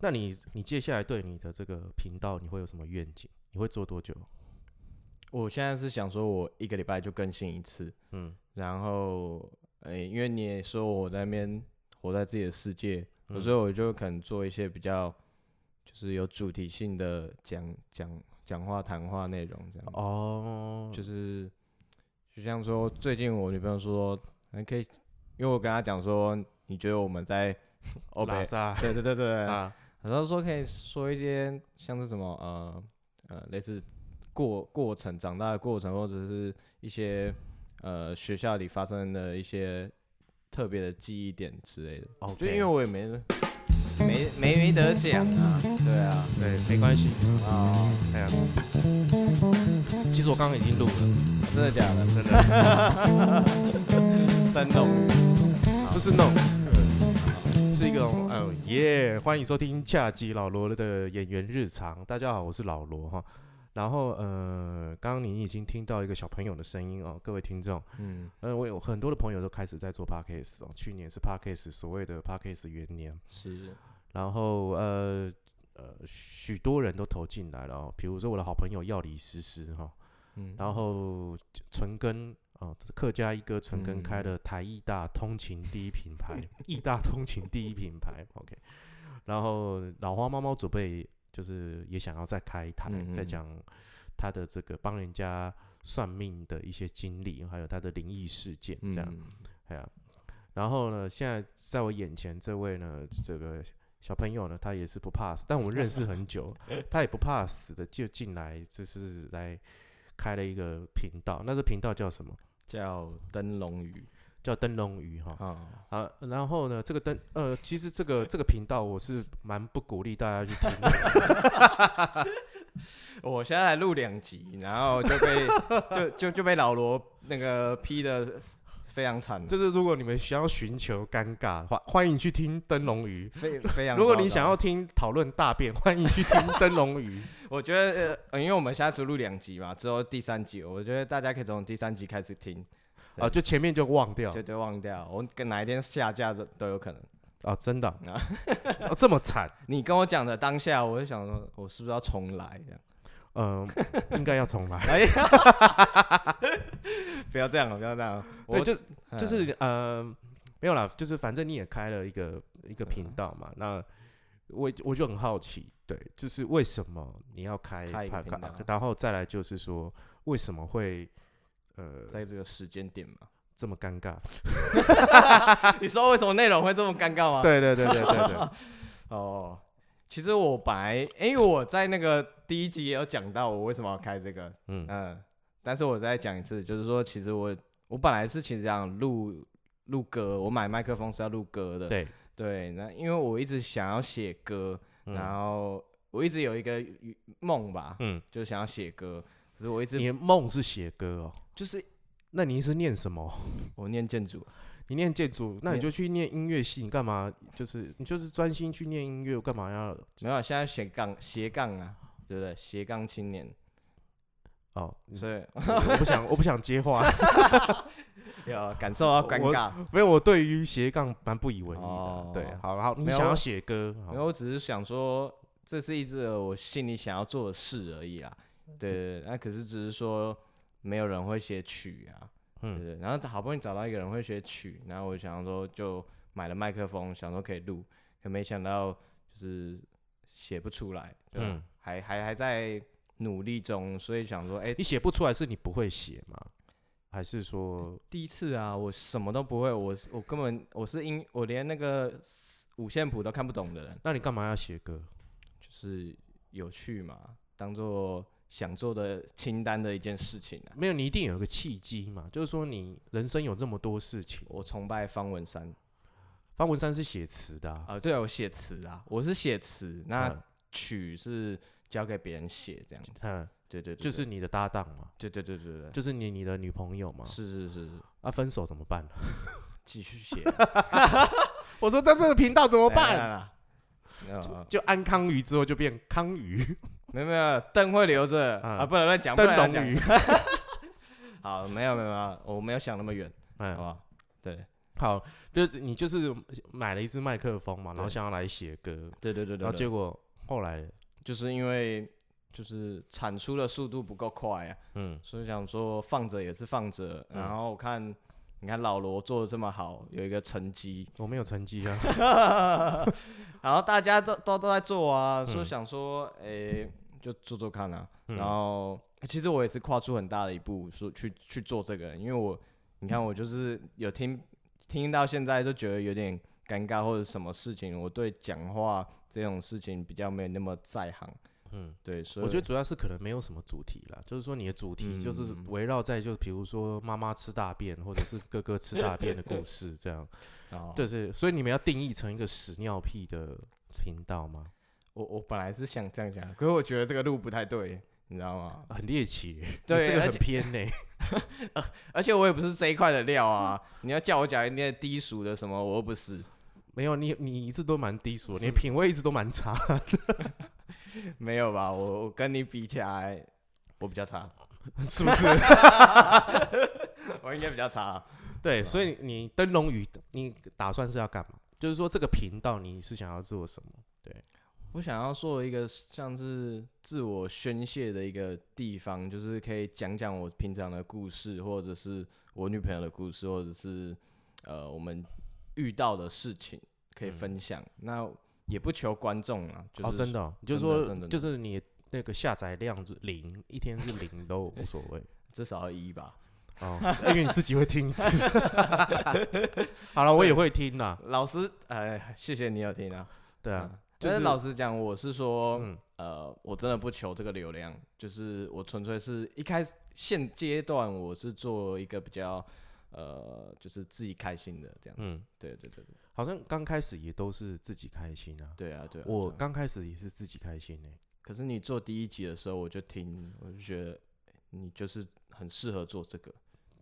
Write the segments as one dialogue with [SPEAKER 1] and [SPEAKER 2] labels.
[SPEAKER 1] 那你你接下来对你的这个频道，你会有什么愿景？你会做多久？
[SPEAKER 2] 我现在是想说，我一个礼拜就更新一次，
[SPEAKER 1] 嗯，
[SPEAKER 2] 然后，诶、因为你也说我在那边活在自己的世界，
[SPEAKER 1] 嗯
[SPEAKER 2] 所以我就可能做一些比较就是有主题性的讲讲讲话、谈话内容这样。
[SPEAKER 1] 哦，就
[SPEAKER 2] 就是就像说，最近我女朋友说，还可以，因为我跟她讲说，你觉得我们在 欧
[SPEAKER 1] 拉
[SPEAKER 2] 北，
[SPEAKER 1] 萨
[SPEAKER 2] 对对对哦对，然
[SPEAKER 1] 啊，
[SPEAKER 2] 后说可以说一些像是什么呃呃类似过过程长大的过程，或者是一些呃学校里发生的一些特别的记忆点之类的。
[SPEAKER 1] 哦，
[SPEAKER 2] 就因为我也没没没没得讲啊，对啊，
[SPEAKER 1] 对，没关系，
[SPEAKER 2] 哦，
[SPEAKER 1] 哎呀，其实我刚刚已经录了，
[SPEAKER 2] 真的假的？
[SPEAKER 1] 真的
[SPEAKER 2] 三种，啊
[SPEAKER 1] 不是弄。 是一个哦耶欢迎收听恰吉老罗的演员日常。大家好，我是老罗哈。然后呃，刚刚你已经听到一个小朋友的声音哦，各位听众，
[SPEAKER 2] 嗯，
[SPEAKER 1] 呃，我有很多的朋友都开始在做 podcast 哦，去年是 podcast 所谓的 podcast 元年，
[SPEAKER 2] 是，
[SPEAKER 1] 然后呃呃，许多人都投进来了哦，比如说我的好朋友药理诗诗哈，
[SPEAKER 2] 嗯，
[SPEAKER 1] 然后纯根哦，客家一哥纯根开
[SPEAKER 2] 嗯
[SPEAKER 1] 的台艺大通勤第一品牌，艺大通勤第一品牌，OK。然后老花猫猫准备就是也想要再开一台，再
[SPEAKER 2] 嗯嗯
[SPEAKER 1] 讲他的这个帮人家算命的一些经历，还有他的灵异事件这样。
[SPEAKER 2] 嗯
[SPEAKER 1] 哎呀，然后呢，现在在我眼前这位呢，这个小朋友呢，他也是不怕死，但我认识很久，他也不怕死的，就进来就是来开了一个频道，那这频道叫什么？
[SPEAKER 2] 叫灯笼鱼
[SPEAKER 1] 叫灯笼鱼哈。
[SPEAKER 2] 啊，
[SPEAKER 1] 啊，然后呢，这个灯呃，其实这个这个频道我是蛮不鼓励大家去听的，
[SPEAKER 2] 我现在还录两集，然后就 被就就就被老罗那个批的非常惨，
[SPEAKER 1] 就是如果你们想要寻求尴尬的话，欢迎去听灯笼鱼。
[SPEAKER 2] 非非常。
[SPEAKER 1] 如果你想要，听讨论大便，欢迎去听灯笼鱼。
[SPEAKER 2] 我觉得呃，因为我们现在只录两集嘛，之后第三集，我觉得大家可以从第三集开始听，
[SPEAKER 1] 啊，就前面就忘掉，
[SPEAKER 2] 就就忘掉，我跟哪一天下架都都有可能。
[SPEAKER 1] 啊，真的啊、哦这么惨，
[SPEAKER 2] 你跟我讲的当下，我就想说，我是不是要重来？这样，
[SPEAKER 1] 嗯、应该要重来。
[SPEAKER 2] 哎呀，不要这样了，不要这样了。我
[SPEAKER 1] 对，
[SPEAKER 2] 嗯
[SPEAKER 1] 就是就是呃，没有啦，就是反正你也开了一个一个
[SPEAKER 2] 嗯
[SPEAKER 1] 频道嘛，那我我就很好奇，对，就是为什么你要开
[SPEAKER 2] 开一个
[SPEAKER 1] podcast，
[SPEAKER 2] 频道
[SPEAKER 1] 然后再来就是说为什么会呃
[SPEAKER 2] 在这个时间点嘛，
[SPEAKER 1] 这么尴尬？
[SPEAKER 2] 啊你说为什么内容会这么尴尬吗？
[SPEAKER 1] 对对对对对 对，
[SPEAKER 2] 哦，其实我本来，因为我在那个第一集也有讲到我为什么要开这个，
[SPEAKER 1] 嗯
[SPEAKER 2] 嗯，但是我再讲一次，就是说，其实我我本来是其实想录录歌，我买麦克风是要录歌的，
[SPEAKER 1] 对，
[SPEAKER 2] 对，那因为我一直想要写歌，然
[SPEAKER 1] 嗯，
[SPEAKER 2] 后我一直有一个梦吧，
[SPEAKER 1] 嗯
[SPEAKER 2] 就是想要写歌，可是我一直
[SPEAKER 1] 你的梦是写歌哦，
[SPEAKER 2] 就是
[SPEAKER 1] 那你是念什么？
[SPEAKER 2] 我念建筑，
[SPEAKER 1] 你念建筑，那你
[SPEAKER 2] 念
[SPEAKER 1] 就去念音乐系，你干嘛？就是你就是专心去念音乐，干嘛要
[SPEAKER 2] 没有，现在斜杠斜杠啊，对不对？斜杠青年，
[SPEAKER 1] 哦？
[SPEAKER 2] 所以
[SPEAKER 1] 我不想，我不想接 话。
[SPEAKER 2] 要感受到尴
[SPEAKER 1] 我
[SPEAKER 2] 尬。
[SPEAKER 1] 没有，我对于斜杠蛮不以为意的。
[SPEAKER 2] 哦
[SPEAKER 1] 对，好，好，你
[SPEAKER 2] 没有
[SPEAKER 1] 想要写歌，好
[SPEAKER 2] 没有，我只是想说，这是一直我心里想要做的事而已啦。对对对，那可是只是说没有人会写曲啊，对
[SPEAKER 1] 嗯
[SPEAKER 2] 对对。然后好不容易找到一个人会写曲，然后我想说就买了麦克风，想说可以录，可没想到就是写不出来，对吧
[SPEAKER 1] 嗯
[SPEAKER 2] 还还还在努力中，所以想说，哎、
[SPEAKER 1] 你写不出来是你不会写吗？还是说，
[SPEAKER 2] 第一次啊，我什么都不会，我是我根本我是音，我连那个五线谱都看不懂的人。
[SPEAKER 1] 那你干嘛要写歌？
[SPEAKER 2] 就是有趣嘛，当做想做的清单的一件事情啊。
[SPEAKER 1] 没有，你一定有一个契机嘛，就是说你人生有这么多事情。
[SPEAKER 2] 我崇拜方文山
[SPEAKER 1] 方文山是写词的
[SPEAKER 2] 啊、
[SPEAKER 1] 啊、
[SPEAKER 2] 对啊，我写词啊，我是写词，那
[SPEAKER 1] 嗯
[SPEAKER 2] 曲是交给别人写这样子。
[SPEAKER 1] 嗯，
[SPEAKER 2] 对对对，
[SPEAKER 1] 就是你的搭档嘛，
[SPEAKER 2] 对对对对对对，
[SPEAKER 1] 就是你你的女朋友嘛，
[SPEAKER 2] 是是是，是
[SPEAKER 1] 啊，分手怎么办？
[SPEAKER 2] 继续 写
[SPEAKER 1] 我说，那这个频道怎么
[SPEAKER 2] 怎
[SPEAKER 1] 办？
[SPEAKER 2] 呃，
[SPEAKER 1] 就安康鱼之后就变康 鱼，
[SPEAKER 2] 没有没有，灯会留着
[SPEAKER 1] 嗯
[SPEAKER 2] 啊，不能乱讲，不
[SPEAKER 1] 灯
[SPEAKER 2] 能
[SPEAKER 1] 笼
[SPEAKER 2] 乱讲
[SPEAKER 1] 鱼。。
[SPEAKER 2] 好，没有没有没有，我没有想那么远，好
[SPEAKER 1] 嗯
[SPEAKER 2] 不，好？对，
[SPEAKER 1] 好，就是你就是买了一支麦克风嘛，然后
[SPEAKER 2] 对
[SPEAKER 1] 想要来写歌，
[SPEAKER 2] 对对对
[SPEAKER 1] 然
[SPEAKER 2] 对
[SPEAKER 1] 后结
[SPEAKER 2] 对，
[SPEAKER 1] 果后来，
[SPEAKER 2] 就是因为就是产出的速度不够快啊，
[SPEAKER 1] 嗯，
[SPEAKER 2] 所以想说放着也是放着，
[SPEAKER 1] 嗯
[SPEAKER 2] 然后我看你看老罗做的这么好，有一个成绩，
[SPEAKER 1] 我没有成绩啊，
[SPEAKER 2] 然后大家都都都在做啊，所以
[SPEAKER 1] 嗯
[SPEAKER 2] 想说，诶、就做做看啊。然后其实我也是跨出很大的一步，说去去做这个，因为我你看我就是有听听到现在就觉得有点尴尬或者什么事情，我对讲话这种事情比较没有那么在行。
[SPEAKER 1] 嗯，
[SPEAKER 2] 对，所以
[SPEAKER 1] 我觉得主要是可能没有什么主题啦，就是说你的主题就是
[SPEAKER 2] 嗯
[SPEAKER 1] 围绕在就是比如说妈妈吃大便或者是哥哥吃大便的故事 这样，
[SPEAKER 2] 哦
[SPEAKER 1] 就是所以你们要定义成一个屎尿屁的频道吗？
[SPEAKER 2] 我我本来是想这样讲，可是我觉得这个路不太对，你知道吗？
[SPEAKER 1] 很猎奇耶，
[SPEAKER 2] 对
[SPEAKER 1] 这个
[SPEAKER 2] 而
[SPEAKER 1] 很
[SPEAKER 2] 且
[SPEAKER 1] 偏呢。
[SPEAKER 2] 而且我也不是这一块的料啊， 你要叫我讲一点低俗的什么，我又不是。
[SPEAKER 1] 没有你，你一直都蛮低俗的，你的品味一直都蛮差。
[SPEAKER 2] 没有吧？我我跟你比起来，我比较 差，
[SPEAKER 1] 是不是？
[SPEAKER 2] 我应该比较差。啊
[SPEAKER 1] 对，所以你灯笼鱼，你打算是要干嘛？就是说这个频道你是想要做什么？
[SPEAKER 2] 我想要做一个像是自我宣泄的一个地方，就是可以讲讲我平常的故事，或者是我女朋友的故事，或者是呃我们遇到的事情可以分享。那也不求观众啊，就是、
[SPEAKER 1] 嗯哦，真的、哦，你就是
[SPEAKER 2] 真的
[SPEAKER 1] 说，
[SPEAKER 2] 真的
[SPEAKER 1] 就
[SPEAKER 2] 真
[SPEAKER 1] 是你那个下载量是零，一天是零都无所 谓。
[SPEAKER 2] 至少要一吧。
[SPEAKER 1] 哦，因为你自己会听一 次。好了，我也会听啦。
[SPEAKER 2] 老师，呃，谢谢你有听啊。
[SPEAKER 1] 对啊，
[SPEAKER 2] 嗯，
[SPEAKER 1] 就
[SPEAKER 2] 但是
[SPEAKER 1] 是
[SPEAKER 2] 老实讲，我是说，
[SPEAKER 1] 嗯
[SPEAKER 2] 呃，我真的不求这个流量，就是我纯粹是一开始现阶段我是做一个比较，呃，就是自己开心的这样子。
[SPEAKER 1] 嗯，
[SPEAKER 2] 对对对对
[SPEAKER 1] 好像刚开始也都是自己开心啊。
[SPEAKER 2] 对啊对啊！
[SPEAKER 1] 我
[SPEAKER 2] 对啊
[SPEAKER 1] 刚开始也是自己开心呢、
[SPEAKER 2] 可是你做第一集的时候，我就听，我就觉得哎你就是很适合做这个，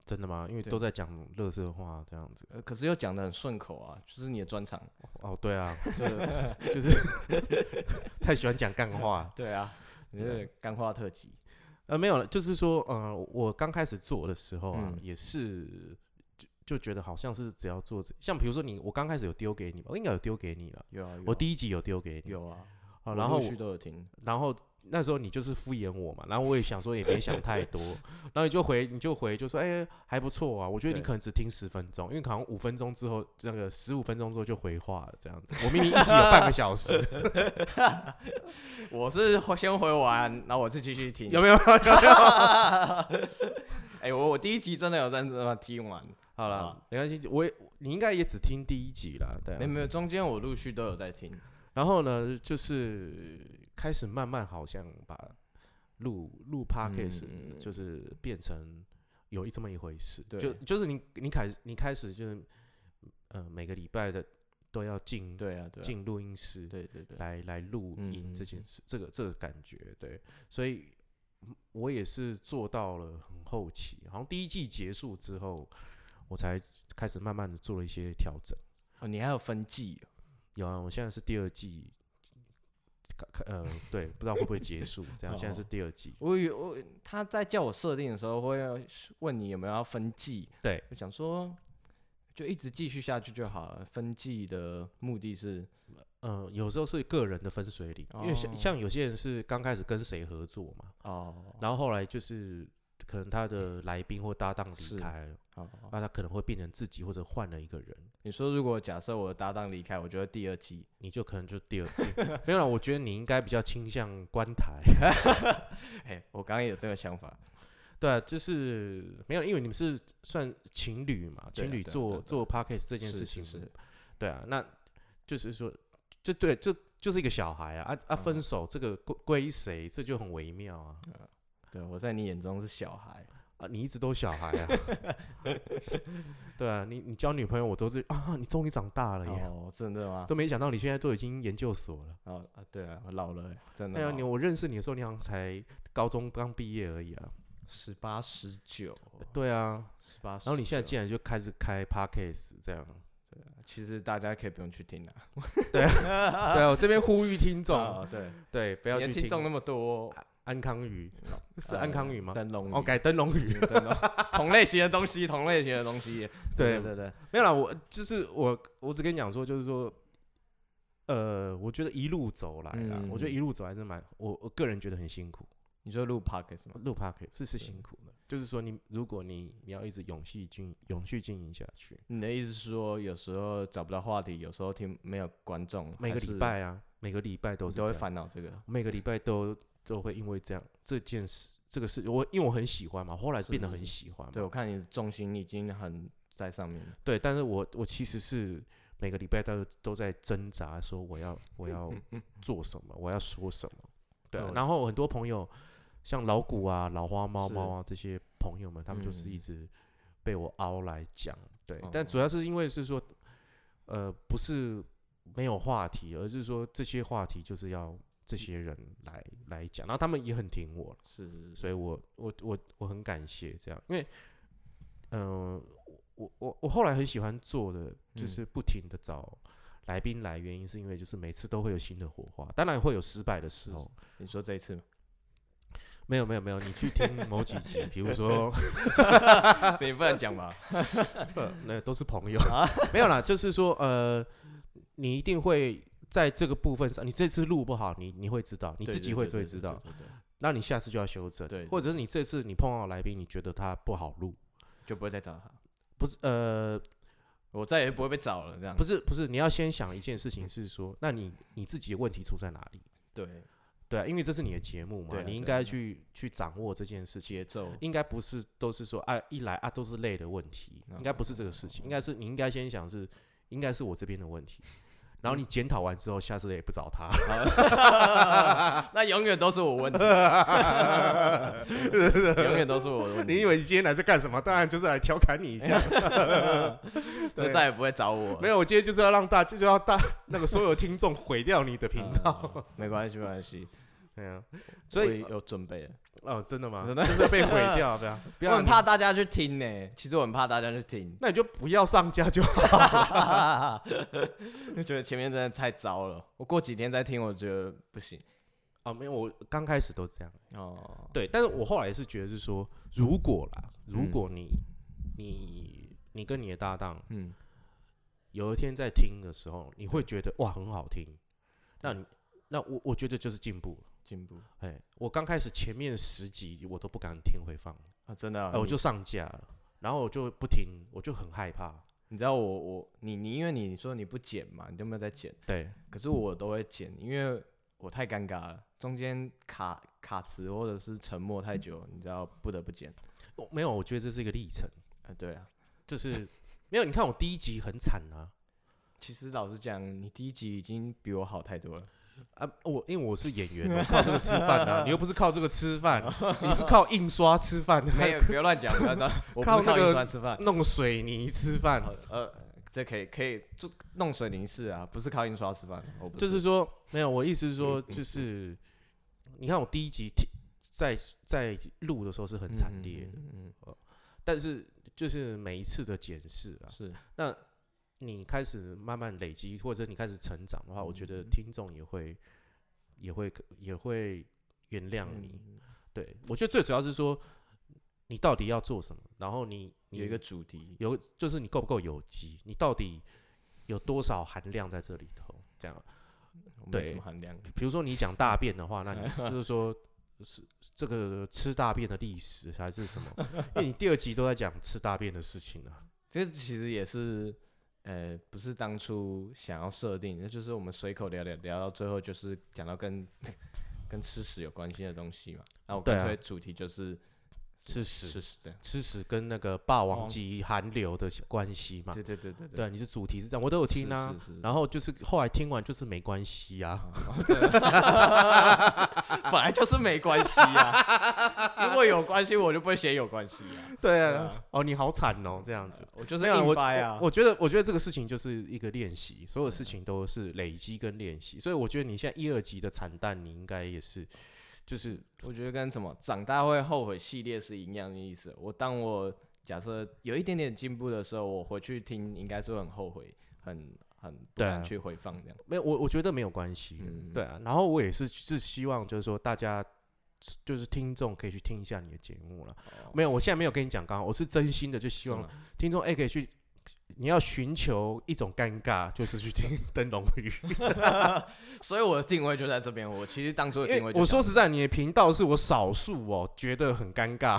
[SPEAKER 1] 真的吗？因为
[SPEAKER 2] 对
[SPEAKER 1] 都在讲乐色话这样子。
[SPEAKER 2] 呃，可是又讲的很顺口啊，就是你的专长。
[SPEAKER 1] 哦，对 啊，对，就是 太喜欢讲干话。
[SPEAKER 2] 对啊， 你是干话特辑。
[SPEAKER 1] 呃，没有了，就是说，呃，我刚开始做的时候啊，
[SPEAKER 2] 嗯
[SPEAKER 1] 也是就就觉得好像是只要做这，像比如说你，我刚开始有丢给你吧，我应该有丢给你了，
[SPEAKER 2] 有啊，有啊
[SPEAKER 1] 我第一集有丢给你，
[SPEAKER 2] 有啊，
[SPEAKER 1] 好
[SPEAKER 2] 我
[SPEAKER 1] 然后
[SPEAKER 2] 陆
[SPEAKER 1] 我
[SPEAKER 2] 续都有听。
[SPEAKER 1] 然后那时候你就是敷衍我嘛，然后我也想说也别想太 多，然后你就回你就回就说，哎、还不错啊，我觉得你
[SPEAKER 2] 对
[SPEAKER 1] 可能只听十分钟，因为好像五分钟之后，那个十五分钟之后就回话了这样子，我明明一集有半个小时，
[SPEAKER 2] 我是先回完，然后我自己去听。
[SPEAKER 1] 有 没有？
[SPEAKER 2] 哎、我我第一集真的有认真的听完，
[SPEAKER 1] 好了
[SPEAKER 2] 好，
[SPEAKER 1] 没关系，我也你应该也只听第一集啦，对啊，
[SPEAKER 2] 没有没有，中间我陆续都有在听。
[SPEAKER 1] 然后呢，就是开始慢慢好像把录录 podcast、
[SPEAKER 2] 嗯
[SPEAKER 1] 就是变成有一这么一回事，
[SPEAKER 2] 对
[SPEAKER 1] 就就是你你开你开始就是呃每个礼拜的都要进
[SPEAKER 2] 对啊，对啊，
[SPEAKER 1] 进录音室
[SPEAKER 2] 对对对，
[SPEAKER 1] 来来录
[SPEAKER 2] 嗯
[SPEAKER 1] 音
[SPEAKER 2] 嗯
[SPEAKER 1] 这
[SPEAKER 2] 嗯
[SPEAKER 1] 件事，这个这个感觉对，所以嗯我也是做到了很后期，好像第一季结束之后，我才开始慢慢的做了一些调整。
[SPEAKER 2] 哦，你还有分季哦、
[SPEAKER 1] 有啊，我现在是第二季，呃，对，不知道会不会结束，这样现在是
[SPEAKER 2] 哦
[SPEAKER 1] 第二季。
[SPEAKER 2] 我以为我他在叫我设定的时候会要问你有没有要分季，
[SPEAKER 1] 对，
[SPEAKER 2] 我想说就一直继续下去就好了。分季的目的是，
[SPEAKER 1] 嗯、有时候是个人的分水岭，因为像
[SPEAKER 2] 哦
[SPEAKER 1] 像有些人是刚开始跟谁合作嘛，
[SPEAKER 2] 哦，
[SPEAKER 1] 然后后来就是可能他的来宾或搭档离
[SPEAKER 2] 是
[SPEAKER 1] 开了，
[SPEAKER 2] 好，好
[SPEAKER 1] 那他可能会变成自己或者换了一个人，
[SPEAKER 2] 哦你说如果假设我的搭档离开，我觉得第二季，
[SPEAKER 1] 你就可能就第二季 没有了。我觉得你应该比较倾向观台，
[SPEAKER 2] 哎、我刚刚也有这个想法，
[SPEAKER 1] 对啊，就是没有，因为你们是算情侣嘛，情
[SPEAKER 2] 对啊
[SPEAKER 1] 侣
[SPEAKER 2] 对啊
[SPEAKER 1] 做
[SPEAKER 2] 对啊
[SPEAKER 1] 做 podcast 这
[SPEAKER 2] 这
[SPEAKER 1] 件事情
[SPEAKER 2] 是是
[SPEAKER 1] 对啊，那就是说，这对这就是一个小孩啊啊啊！
[SPEAKER 2] 嗯
[SPEAKER 1] 分手这个归归谁，这就很微妙啊
[SPEAKER 2] 对，我在你眼中是小孩，
[SPEAKER 1] 啊！你一直都小孩 啊，对啊，你你交女朋友我都是啊，你终于长大了耶，
[SPEAKER 2] 哦，真的吗？
[SPEAKER 1] 都没想到你现在都已经研究所了。
[SPEAKER 2] 哦啊，对啊，我老了欸，真的
[SPEAKER 1] 哎
[SPEAKER 2] 老
[SPEAKER 1] 呀，
[SPEAKER 2] 了。
[SPEAKER 1] 你我认识你的时候，你好像才高中刚毕业而已啊。
[SPEAKER 2] 十八、十九，
[SPEAKER 1] 对啊，
[SPEAKER 2] 十八。然
[SPEAKER 1] 然后你现在
[SPEAKER 2] 哦
[SPEAKER 1] 竟然就开始开 podcast 这 样，
[SPEAKER 2] 其实大家可以不用去听 啦。
[SPEAKER 1] 对啊，我这边呼吁听
[SPEAKER 2] 这
[SPEAKER 1] 众，
[SPEAKER 2] 对，
[SPEAKER 1] 对，不
[SPEAKER 2] 不
[SPEAKER 1] 要去
[SPEAKER 2] 哦听众那么多，哦呃
[SPEAKER 1] 安康鱼，是安康鱼吗？
[SPEAKER 2] 灯笼
[SPEAKER 1] 哦，
[SPEAKER 2] 鱼
[SPEAKER 1] 改灯笼鱼，
[SPEAKER 2] 嗯灯笼同类型的东西，同类型的东 西。
[SPEAKER 1] 对
[SPEAKER 2] 对对，
[SPEAKER 1] 没有啦，我就是我，我只跟你讲说，就是说，呃，我觉得一路走来啦，我觉得
[SPEAKER 2] 嗯
[SPEAKER 1] 一路走还是蛮，我我个人觉得很辛苦，
[SPEAKER 2] 你说录 podcast 吗？
[SPEAKER 1] 录 p a r k 是是
[SPEAKER 2] 嗯对
[SPEAKER 1] 辛苦的，就是说你如果你你要一直永续经永续经营下去，
[SPEAKER 2] 你的意思是说，有时候找不到话题，有时候听没有观众，
[SPEAKER 1] 每个
[SPEAKER 2] 还是
[SPEAKER 1] 礼拜啊，每个礼拜都
[SPEAKER 2] 你
[SPEAKER 1] 是
[SPEAKER 2] 都会
[SPEAKER 1] 这样
[SPEAKER 2] 烦恼这个。
[SPEAKER 1] 每个礼拜都都会因为这样这件事这个事，我因为我很喜欢嘛，后来
[SPEAKER 2] 是
[SPEAKER 1] 变得
[SPEAKER 2] 是
[SPEAKER 1] 很
[SPEAKER 2] 是
[SPEAKER 1] 喜欢嘛，
[SPEAKER 2] 对，我看你的重心已经很在上面了。
[SPEAKER 1] 对，但是我我其实是每个礼拜都都在挣扎，说我要我 要做什么，我要说什么。对啊、
[SPEAKER 2] 嗯
[SPEAKER 1] 然后很多朋友，像老谷啊、老花猫
[SPEAKER 2] 是
[SPEAKER 1] 猫啊这些朋友们，他们就是一
[SPEAKER 2] 嗯
[SPEAKER 1] 直被我凹来讲。对，但
[SPEAKER 2] 哦
[SPEAKER 1] 主要是因为是说，呃，不是没有话题，而是说这些话题就是要这些人来来讲，然后他们也很挺我，
[SPEAKER 2] 是是是，
[SPEAKER 1] 所以我我我我很感谢这样，因为，嗯、我我我后来很喜欢做的
[SPEAKER 2] 嗯
[SPEAKER 1] 就是不停的找来宾来，原因是因为就是每次都会有新的火花，当然会有失败的时
[SPEAKER 2] 是
[SPEAKER 1] 候。
[SPEAKER 2] 你说这一次吗？
[SPEAKER 1] 没有没有没有，你去听某几集，比如说
[SPEAKER 2] 你不能讲吧？
[SPEAKER 1] 那都是朋友，
[SPEAKER 2] 啊
[SPEAKER 1] 没有啦，就是说呃，你一定会在这个部分上，你这次录不好，你你会知道，你
[SPEAKER 2] 对
[SPEAKER 1] 自己
[SPEAKER 2] 对
[SPEAKER 1] 会
[SPEAKER 2] 对
[SPEAKER 1] 会
[SPEAKER 2] 对
[SPEAKER 1] 知
[SPEAKER 2] 对
[SPEAKER 1] 道，
[SPEAKER 2] 对对对
[SPEAKER 1] 那你下次就要修正，
[SPEAKER 2] 对
[SPEAKER 1] 或
[SPEAKER 2] 对
[SPEAKER 1] 者是你这次你碰到来宾，你觉得他不好录，
[SPEAKER 2] 就不会再找他，
[SPEAKER 1] 不是呃，
[SPEAKER 2] 我再也不会被找了。这样
[SPEAKER 1] 不
[SPEAKER 2] 是
[SPEAKER 1] 是不是，你要先想一件事情是说，那你你自己的问题出在哪里？
[SPEAKER 2] 对
[SPEAKER 1] 对、啊，因为这是你的节目嘛，
[SPEAKER 2] 对啊
[SPEAKER 1] 你应
[SPEAKER 2] 对啊
[SPEAKER 1] 该
[SPEAKER 2] 对啊
[SPEAKER 1] 去去掌握这件事情，
[SPEAKER 2] 节 奏
[SPEAKER 1] 应该不是都是说啊一来啊都是累的问题，应该不是这个事情，应该是你应该先想是应该是我这边的问题，然后你检讨完之后，下次也不找他，
[SPEAKER 2] 那永远都是我问题，永远都是我的问 题，
[SPEAKER 1] 为你今天来是干什么？当然就是来调侃你一 下，
[SPEAKER 2] 就再也不会找我。嗯
[SPEAKER 1] 有，我今天就是要让大家就要 大那个所有听众毁掉你的频
[SPEAKER 2] 道， 没关系，没关系，
[SPEAKER 1] 对啊，所以
[SPEAKER 2] 我有准备了。
[SPEAKER 1] 哦，真的吗？
[SPEAKER 2] 真
[SPEAKER 1] 的 就是被毁掉，对啊， 不
[SPEAKER 2] 我
[SPEAKER 1] 要
[SPEAKER 2] 很
[SPEAKER 1] 你，
[SPEAKER 2] 怕大家去听呢、其实我很怕大家去听
[SPEAKER 1] 那你就不要上架就好。
[SPEAKER 2] 就觉得前面真的太糟了。我过几天再听，我觉得不行。
[SPEAKER 1] 啊，没有，我刚开始都这样。
[SPEAKER 2] 哦，
[SPEAKER 1] 对，但是我后来是觉得是说，如果啦，如果你、你你跟你的搭档
[SPEAKER 2] 嗯，
[SPEAKER 1] 有一天在听的时候，你会觉得哇很好听，那你那我我觉得就是进步了。
[SPEAKER 2] 进步
[SPEAKER 1] 哎，我刚开始前面十集我都不敢听回放，
[SPEAKER 2] 啊，真的啊、
[SPEAKER 1] 哎，我
[SPEAKER 2] 你
[SPEAKER 1] 就上架了，然后我就不听，我就很害怕。
[SPEAKER 2] 你知道我我你你因为你说你不剪嘛，你就没有在剪，
[SPEAKER 1] 对，
[SPEAKER 2] 可是我都会剪，因为我太尴尬了，中间卡卡词或者是沉默太久，你知道不得不剪。
[SPEAKER 1] 我没有，我觉得这是一个历程，
[SPEAKER 2] 啊，对啊，
[SPEAKER 1] 就是没有。你看我第一集很惨啊，
[SPEAKER 2] 其实老实讲，你第一集已经比我好 太多了。
[SPEAKER 1] 啊，我因为我是演 员，我靠这个吃饭啊，你又不是靠这个吃饭，你是靠印刷吃饭，
[SPEAKER 2] 没有，不要乱讲，不要这样。我不
[SPEAKER 1] 靠
[SPEAKER 2] 是
[SPEAKER 1] 那
[SPEAKER 2] 靠
[SPEAKER 1] 个
[SPEAKER 2] 运算吃饭。
[SPEAKER 1] 弄水泥吃饭，
[SPEAKER 2] 呃，这可以可以就弄水泥式啊，不是靠印刷吃饭，我不
[SPEAKER 1] 就是说没有，我意思是
[SPEAKER 2] 嗯
[SPEAKER 1] 说就是，你看我第一集听在在录的时候是很惨烈的，
[SPEAKER 2] 嗯，
[SPEAKER 1] 但是就是每一次的检视啊，
[SPEAKER 2] 是
[SPEAKER 1] 那你开始慢慢累积，或者你开始成长的话，我觉
[SPEAKER 2] 嗯
[SPEAKER 1] 得听众也会也会也会原谅你，
[SPEAKER 2] 嗯
[SPEAKER 1] 对，我觉得最主要是说你到底要做什么，然后你你
[SPEAKER 2] 有一个主题，
[SPEAKER 1] 有就是你够不够有机，你到底有多少含量在这里头？这样，
[SPEAKER 2] 我
[SPEAKER 1] 对
[SPEAKER 2] 没什么含量，
[SPEAKER 1] 比如说你讲大便的话，那你就是说是这个吃大便的历史还是什么？ 因为你第二集都在讲吃大便的事情啊。
[SPEAKER 2] 这其实也是。呃，不是当初想要设定，那就是我们随口聊聊聊到最后，就是讲到跟 跟吃屎有关系的东西嘛。那我
[SPEAKER 1] 对
[SPEAKER 2] 干
[SPEAKER 1] 啊
[SPEAKER 2] 脆主题就是
[SPEAKER 1] 吃
[SPEAKER 2] 吃
[SPEAKER 1] 屎，
[SPEAKER 2] 屎这样。
[SPEAKER 1] 吃屎跟那个霸王
[SPEAKER 2] 哦
[SPEAKER 1] 级寒流的关系嘛
[SPEAKER 2] 对？对对对，
[SPEAKER 1] 对，你是主题是这样，我都有听啊
[SPEAKER 2] 是。是是哦
[SPEAKER 1] 然后就是后来听完就是没关系啊，
[SPEAKER 2] 本来就是没关系啊。 如果有关系，我就不会写有关系啊。
[SPEAKER 1] 对
[SPEAKER 2] 啊，
[SPEAKER 1] 哦，你好惨哦，这样子。
[SPEAKER 2] 我就是
[SPEAKER 1] 没有我
[SPEAKER 2] 硬掰啊
[SPEAKER 1] 我。我觉得，我觉得这个事情就是一个练习，所有事情都是累积跟练习。所以我觉得你现在一二级的惨淡，你应该也是，就是
[SPEAKER 2] 我觉得跟什么长大会后悔系列是一样的意思。我当我假设有一点点进步的时候，我回去听应该是会很后悔，很很不
[SPEAKER 1] 对啊
[SPEAKER 2] 敢去回放这样。
[SPEAKER 1] 没有我，我觉得没有关系的，
[SPEAKER 2] 嗯
[SPEAKER 1] 对啊。然后我也是是希望，就是说大家就是听众可以去听一下你的节目了。
[SPEAKER 2] 哦
[SPEAKER 1] 没有，我现在没有跟你讲，刚好我是真心的，就希望听众哎、可以去。你要寻求一种尴尬，就是去听 灯笼鱼。
[SPEAKER 2] 所以我的定位就在这边。我其实当初的
[SPEAKER 1] 因
[SPEAKER 2] 定
[SPEAKER 1] 为
[SPEAKER 2] 位就
[SPEAKER 1] 我
[SPEAKER 2] 是
[SPEAKER 1] 说实在，你的频道是我少数哦，觉得很尴尬。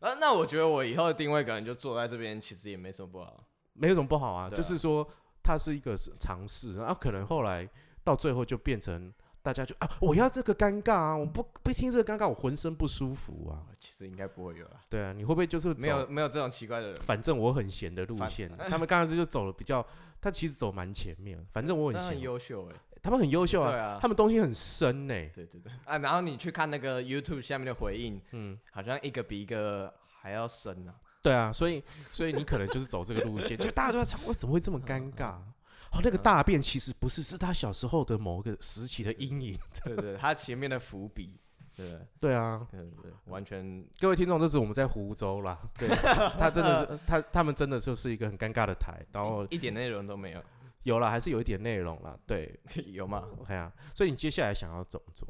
[SPEAKER 2] 啊，那我觉得我以后的定位可能就坐在这边，其实也没什么不好。
[SPEAKER 1] 没有什么不好啊，
[SPEAKER 2] 对啊
[SPEAKER 1] 就是说它是一个是尝试，然后啊可能后来到最后就变成大家就啊，我要这个尴尬
[SPEAKER 2] 嗯
[SPEAKER 1] 啊，我不不听这个尴尬，我浑身不舒服啊。
[SPEAKER 2] 呃其实应该不会有啦，
[SPEAKER 1] 对啊，你会不会就是
[SPEAKER 2] 嗯没有
[SPEAKER 1] 走？
[SPEAKER 2] 没有这种奇怪的人。
[SPEAKER 1] 反正我很闲的路
[SPEAKER 2] 反呃
[SPEAKER 1] 线，啊 他们刚开始就走了比较，他其实走蛮前面，反正我
[SPEAKER 2] 他
[SPEAKER 1] 很
[SPEAKER 2] 很
[SPEAKER 1] 闲，
[SPEAKER 2] 优秀哎、
[SPEAKER 1] 他们很哦优秀
[SPEAKER 2] 对
[SPEAKER 1] 啊，
[SPEAKER 2] 啊
[SPEAKER 1] 他，们东西很深呢、
[SPEAKER 2] 对对对啊，然后你去看那个 YouTube 下面的回应，嗯，好像一个比一个还要深啊。
[SPEAKER 1] 对啊，所以所以你可能就是走这个路 线，就大家都在吵，我怎么会这么尴尬？
[SPEAKER 2] 嗯
[SPEAKER 1] 哦，那个大便其实不是，是他小时候的某个时期的阴影。
[SPEAKER 2] 对对，他前面的伏笔，对对
[SPEAKER 1] 对啊，
[SPEAKER 2] 对对对，完全
[SPEAKER 1] 各位听众，这是我们在湖州啦，对 他真的 是他他们真的就是一个很尴尬的台，然后
[SPEAKER 2] 一点内容都没有，
[SPEAKER 1] 有了还是有一点内容啦，对，
[SPEAKER 2] 有吗？
[SPEAKER 1] 哎呀、所以你接下来想要怎么做？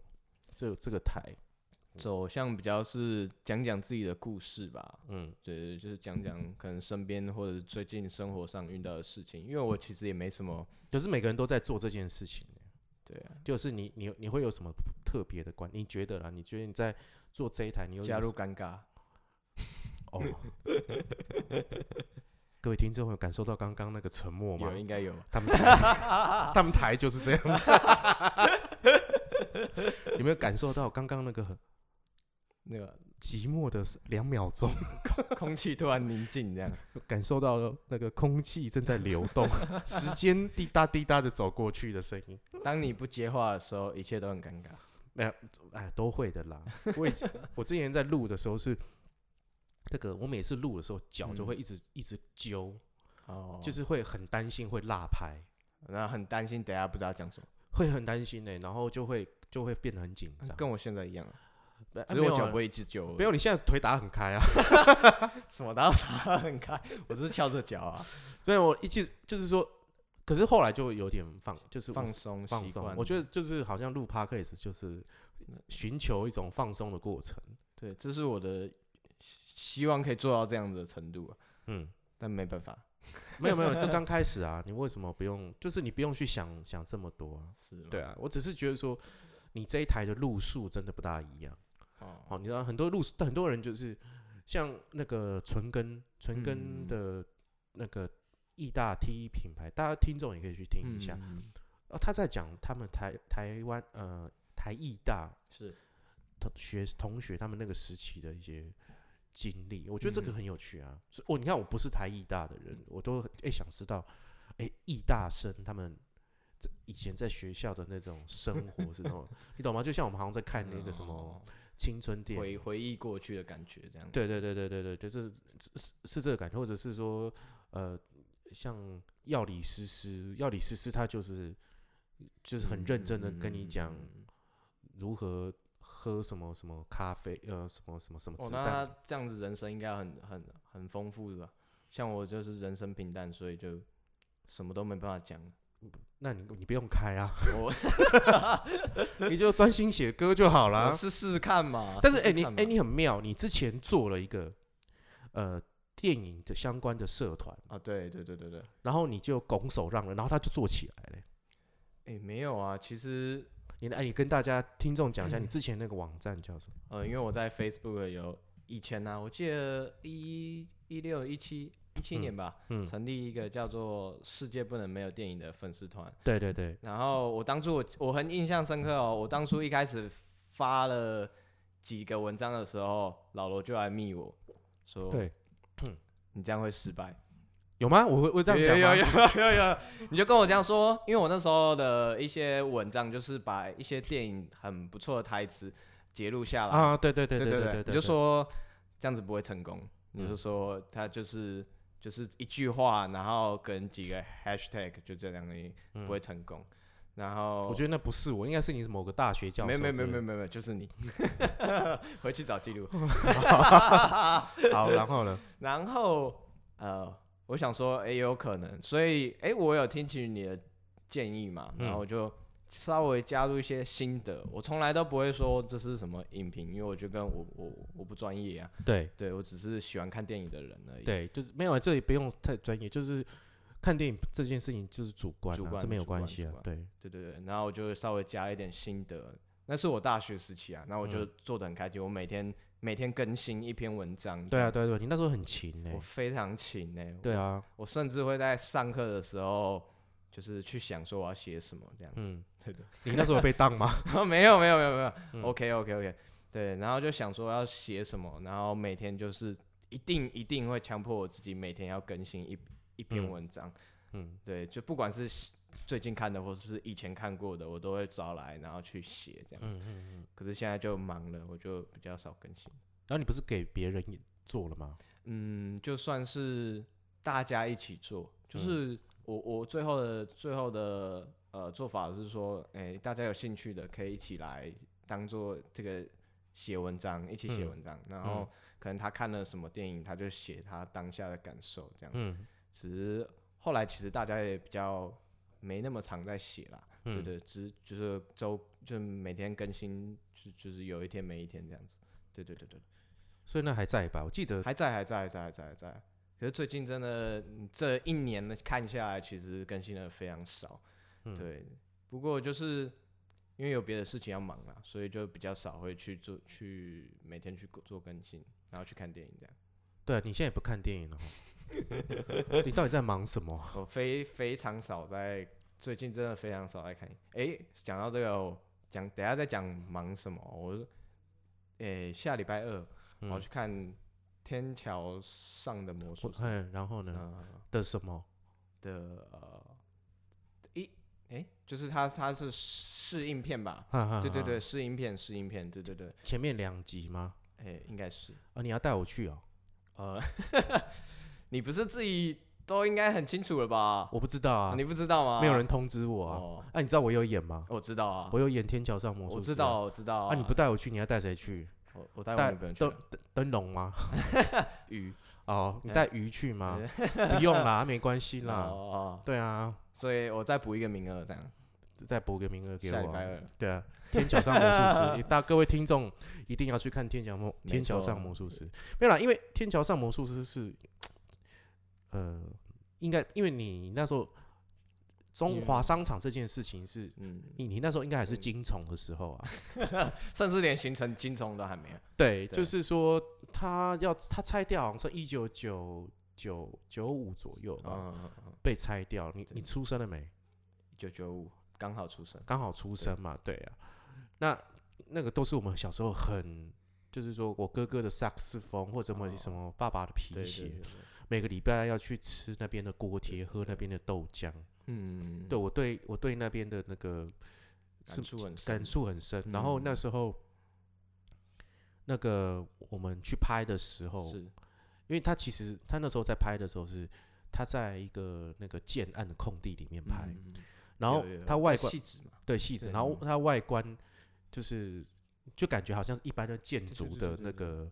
[SPEAKER 1] 这这个台，
[SPEAKER 2] 走向比较是讲讲自己的故事吧，
[SPEAKER 1] 嗯，
[SPEAKER 2] 对对，就是讲讲可能身边或者是最近生活上遇到的事情，因为我其实也没什么，
[SPEAKER 1] 可是每个人都在做这件事情，
[SPEAKER 2] 对啊，
[SPEAKER 1] 就是你你你会有什么特别的观？你觉得啦？你觉得你在做这一台，你有
[SPEAKER 2] 加
[SPEAKER 1] 什
[SPEAKER 2] 入
[SPEAKER 1] 么
[SPEAKER 2] 尴尬，
[SPEAKER 1] 哦？ 各位听众有感受到刚刚那个沉默吗
[SPEAKER 2] 有？应该有吧，
[SPEAKER 1] 他们台他们台就是这样子， 有没有感受到刚刚那个很？
[SPEAKER 2] 那个
[SPEAKER 1] 寂寞的两秒钟，
[SPEAKER 2] 空气突然宁静这 样，
[SPEAKER 1] 感受到那个空气正在流动，时间滴答滴答的走过去的声音。
[SPEAKER 2] 当你不接话的时候，一切都很尴尬。
[SPEAKER 1] 哎，都会的啦。我以前我之前在录的时候是那个，我每次录的时候脚就会一直、一直揪，
[SPEAKER 2] 嗯哦，
[SPEAKER 1] 就
[SPEAKER 2] 就是
[SPEAKER 1] 是会很担心会落拍，
[SPEAKER 2] 然后很担心，等一下不知道讲什么，
[SPEAKER 1] 会很担心呢、然后就会就会变得很紧张。
[SPEAKER 2] 跟我现在一样，
[SPEAKER 1] 哎
[SPEAKER 2] 只是
[SPEAKER 1] 啊没
[SPEAKER 2] 我
[SPEAKER 1] 有啊
[SPEAKER 2] 脚不会一直揪而已，
[SPEAKER 1] 没有，你现在腿打很开啊！
[SPEAKER 2] 什么，然后他很开，我只是翘着脚啊，
[SPEAKER 1] 所以我一直就是说，可是后来就有点放，就是
[SPEAKER 2] 放松
[SPEAKER 1] 放
[SPEAKER 2] 习
[SPEAKER 1] 松
[SPEAKER 2] 惯。
[SPEAKER 1] 我觉得就是好像录 podcast 就是寻求一种放松的过程。
[SPEAKER 2] 对，这是我的希望可以做到这样子的程度啊，
[SPEAKER 1] 嗯，
[SPEAKER 2] 但没办法，
[SPEAKER 1] 没有没有，这刚开始啊，你为什么不用？就是你不用去想想这么多啊。
[SPEAKER 2] 是吗
[SPEAKER 1] 对，啊，我只是觉得说，你这一台的路数真的不大一样。
[SPEAKER 2] 哦，
[SPEAKER 1] 好，你知道很多路数，很多人就是像那个纯根纯根
[SPEAKER 2] 嗯
[SPEAKER 1] 的那个意大 T 品牌，大家听众也可以去听一下。
[SPEAKER 2] 嗯
[SPEAKER 1] 哦，他在讲他们台台湾呃台艺大
[SPEAKER 2] 是
[SPEAKER 1] 同学同学他们那个时期的一些经历，我觉得这个
[SPEAKER 2] 嗯
[SPEAKER 1] 很有趣啊。所以哦，你看我不是台艺大的人，我都哎、想知道，哎、艺大生他们在以前在学校的那种生活是那 种，你懂吗？就像我们好像在看那个什么
[SPEAKER 2] 哦
[SPEAKER 1] 青春电
[SPEAKER 2] 回
[SPEAKER 1] 影，
[SPEAKER 2] 回忆过去的感觉，这样
[SPEAKER 1] 对对对对对对，就是是是这个感觉，或者是说呃，像药理诗诗，药理诗诗他就是就是很认真的
[SPEAKER 2] 嗯
[SPEAKER 1] 跟你讲。如何喝什么什么咖啡，呃，什么什么什么
[SPEAKER 2] 哦，
[SPEAKER 1] 子
[SPEAKER 2] 那
[SPEAKER 1] 弹，
[SPEAKER 2] 他这样子人生应该很很很丰富的吧？像我就是人生平淡，所以就什么都没办法讲。
[SPEAKER 1] 那你你不用开啊，
[SPEAKER 2] 我
[SPEAKER 1] 你就专心写歌就好啦
[SPEAKER 2] 我。试试看嘛。
[SPEAKER 1] 啊但是哎、
[SPEAKER 2] 试试
[SPEAKER 1] 你
[SPEAKER 2] 看
[SPEAKER 1] 哎、
[SPEAKER 2] 嘛
[SPEAKER 1] 你很妙，你之前做了一个呃电影的相关的社团，
[SPEAKER 2] 啊，对对对对对，
[SPEAKER 1] 然后你就拱手让人，然后他就做起来了。
[SPEAKER 2] 哎、没有啊，其实
[SPEAKER 1] 你哎、你跟大家听众讲一下，你之前那个网站叫什么？
[SPEAKER 2] 呃，因为我在 Facebook 有以前呢、啊，我记得一一六一七一七年吧，
[SPEAKER 1] 嗯
[SPEAKER 2] 成立一个叫做“世界不能没有电影”的粉丝团。
[SPEAKER 1] 对对对，
[SPEAKER 2] 然后我当初我我很印象深刻哦，我当初一开始发了几个文章的时候，老罗就来密我说，
[SPEAKER 1] 对，
[SPEAKER 2] 你这样会失败。
[SPEAKER 1] 有吗？我会会这样讲吗？
[SPEAKER 2] 有有有有有有，你就跟我这样说，因为我那时候的一些文章就是把一些电影很不错的台词截录下来，
[SPEAKER 1] 啊，对对对
[SPEAKER 2] 对
[SPEAKER 1] 对
[SPEAKER 2] 对
[SPEAKER 1] 对，
[SPEAKER 2] 你就说这样子不会成功，你就说他就是就是一句话，然后跟几个 hashtag 就这样你不会成功，然后
[SPEAKER 1] 我觉得那不是我，应该是你某个大学教授
[SPEAKER 2] 没
[SPEAKER 1] 之
[SPEAKER 2] 有
[SPEAKER 1] 类
[SPEAKER 2] 没
[SPEAKER 1] 的。
[SPEAKER 2] 有没有没有没有没有，就是你，回去找记录。
[SPEAKER 1] 好，然后呢？
[SPEAKER 2] 然后呃，我想说，哎、有可能，所以哎、诶我有听取你的建议嘛，然后我就稍微加入一些心得。我从来都不会说这是什么影评，因为我觉得我我我不专业啊，
[SPEAKER 1] 对
[SPEAKER 2] 对我只是喜欢看电影的人而已。
[SPEAKER 1] 对，就是没有啊这里不用太专业，就是看电影这件事情就是主观、啊，
[SPEAKER 2] 主观
[SPEAKER 1] 这没有
[SPEAKER 2] 主观
[SPEAKER 1] 关系啊
[SPEAKER 2] 主。观
[SPEAKER 1] 对，
[SPEAKER 2] 对对对，然后我就稍微加一点心得，那是我大学时期啊，那我
[SPEAKER 1] 嗯
[SPEAKER 2] 就做的很开心，我每天每天更新一篇文章。
[SPEAKER 1] 对啊，，对啊对啊，你那时候很勤呢、
[SPEAKER 2] 我非常勤呢、
[SPEAKER 1] 对啊，
[SPEAKER 2] 我甚至会在上课的时候，就是去想说我要写什么这样子。
[SPEAKER 1] 嗯，
[SPEAKER 2] 对的。
[SPEAKER 1] 你那时候有被当吗？
[SPEAKER 2] 没有没有没有没有、o k OK OK，对，然后就想说要写什么，然后每天就是一定一定会强迫我自己每天要更新一一篇
[SPEAKER 1] 嗯
[SPEAKER 2] 文章，
[SPEAKER 1] 嗯，
[SPEAKER 2] 对，就不管是最近看的或是以前看过的，我都会找来然后去写这样，
[SPEAKER 1] 嗯嗯嗯。
[SPEAKER 2] 可是现在就忙了，我就比较少更新，
[SPEAKER 1] 然后你不是给别人也做了吗？
[SPEAKER 2] 嗯，就算是大家一起做，
[SPEAKER 1] 嗯
[SPEAKER 2] 就是我我最后的最后的呃做法是说，诶，大家有兴趣的可以一起来当做这个写文章，一起写
[SPEAKER 1] 嗯
[SPEAKER 2] 文章，然后可能他看了什么电影，他就写他当下的感受这样。
[SPEAKER 1] 嗯，
[SPEAKER 2] 只是后来其实大家也比较没那么常在写啦，
[SPEAKER 1] 嗯
[SPEAKER 2] 对对，只就是周就是每天更新，就就是有一天没一天这样子，对对对对。
[SPEAKER 1] 所以那还在吧？我记得
[SPEAKER 2] 还在，还在，还在，还在，还在。可是最近真的嗯这一年呢看下来，其实更新的非常少。
[SPEAKER 1] 嗯
[SPEAKER 2] 对，不过就是因为有别的事情要忙啦，所以就比较少会去做，去每天去做更新，然后去看电影这样。
[SPEAKER 1] 对、啊，你现在也不看电影了哦，你到底在忙什么？
[SPEAKER 2] 我非非常少在最近真的非常少在看。诶，讲到这个，我讲等一下再讲忙什么，哦我诶、下礼拜二我要
[SPEAKER 1] 嗯
[SPEAKER 2] 去看《天桥上的魔
[SPEAKER 1] 我
[SPEAKER 2] 术师》
[SPEAKER 1] 看，哎然后呢
[SPEAKER 2] 呃
[SPEAKER 1] 的什么？
[SPEAKER 2] 的呃一哎、就是它它是试映片吧？
[SPEAKER 1] 哈哈
[SPEAKER 2] 对对
[SPEAKER 1] 啊哈
[SPEAKER 2] 对，，试映片，试映片，对对对，
[SPEAKER 1] 前面两集吗？
[SPEAKER 2] 哎、应该是
[SPEAKER 1] 啊，你要带我去哦？
[SPEAKER 2] 呃， 你不是自己都应该很清楚了吧？
[SPEAKER 1] 我不知道啊
[SPEAKER 2] 你，不知道吗？
[SPEAKER 1] 没有人通知我啊。
[SPEAKER 2] 哦，
[SPEAKER 1] 哎，你知道我有演吗？
[SPEAKER 2] 我知道啊，
[SPEAKER 1] 我有演《天桥上魔术
[SPEAKER 2] 我
[SPEAKER 1] 师》。
[SPEAKER 2] 知道，我知道
[SPEAKER 1] 啊，你不带我去，你要带谁去？
[SPEAKER 2] 我我带我
[SPEAKER 1] 带
[SPEAKER 2] 女朋友去
[SPEAKER 1] 灯
[SPEAKER 2] 了
[SPEAKER 1] 灯灯笼吗？
[SPEAKER 2] 鱼哎
[SPEAKER 1] 哦，你带鱼去吗？ 不用啦，没关系
[SPEAKER 2] 哦
[SPEAKER 1] 啦。
[SPEAKER 2] 哦，哦
[SPEAKER 1] 对啊，
[SPEAKER 2] 所以我再补一个名额这样，
[SPEAKER 1] 再补个名额给
[SPEAKER 2] 下礼
[SPEAKER 1] 我
[SPEAKER 2] 拜
[SPEAKER 1] 啊。
[SPEAKER 2] 二。
[SPEAKER 1] 对 啊，天桥上魔术师，大 各位听众一定要去看天桥魔
[SPEAKER 2] 没
[SPEAKER 1] 天桥
[SPEAKER 2] 错
[SPEAKER 1] 上魔术师。没有啦，因为天桥上魔术师是，呃，应该因为你那时候中华
[SPEAKER 2] 嗯
[SPEAKER 1] 商场这件事情是。
[SPEAKER 2] 嗯，
[SPEAKER 1] 你你那时候应该还是金虫的时 候啊，
[SPEAKER 2] 甚至连行程金虫都还没有。
[SPEAKER 1] 对，
[SPEAKER 2] 对
[SPEAKER 1] 就是说他要他拆掉，好像是一九九九九五左右吧，
[SPEAKER 2] 嗯，
[SPEAKER 1] 被拆掉。你你出生了没？
[SPEAKER 2] 九九五刚好出生。
[SPEAKER 1] 刚好出生嘛，对啊。那那个都是我们小时候很，就是说我哥哥的萨克斯风，或者什么
[SPEAKER 2] 哦
[SPEAKER 1] 什么爸爸的皮
[SPEAKER 2] 对
[SPEAKER 1] 鞋，
[SPEAKER 2] 对对对，
[SPEAKER 1] 每个礼拜要去吃那边的锅贴，喝那边的豆浆。
[SPEAKER 2] 嗯，
[SPEAKER 1] 对我对我对那边的那个
[SPEAKER 2] 感
[SPEAKER 1] 是
[SPEAKER 2] 触很深
[SPEAKER 1] 感触很深。然后那
[SPEAKER 2] 嗯
[SPEAKER 1] 时候。那个我们去拍的时候，
[SPEAKER 2] 是嗯
[SPEAKER 1] 因为他其实他那时候在拍的时候是他在一个那个建案的空地里面拍，
[SPEAKER 2] 嗯
[SPEAKER 1] 然后
[SPEAKER 2] 有有有
[SPEAKER 1] 他外
[SPEAKER 2] 在
[SPEAKER 1] 观
[SPEAKER 2] 细致嘛，
[SPEAKER 1] 对细致，
[SPEAKER 2] 对
[SPEAKER 1] 然后
[SPEAKER 2] 嗯
[SPEAKER 1] 它外观就是就感觉好像是一般的建
[SPEAKER 2] 对对
[SPEAKER 1] 筑
[SPEAKER 2] 对
[SPEAKER 1] 的
[SPEAKER 2] 对
[SPEAKER 1] 那
[SPEAKER 2] 对
[SPEAKER 1] 个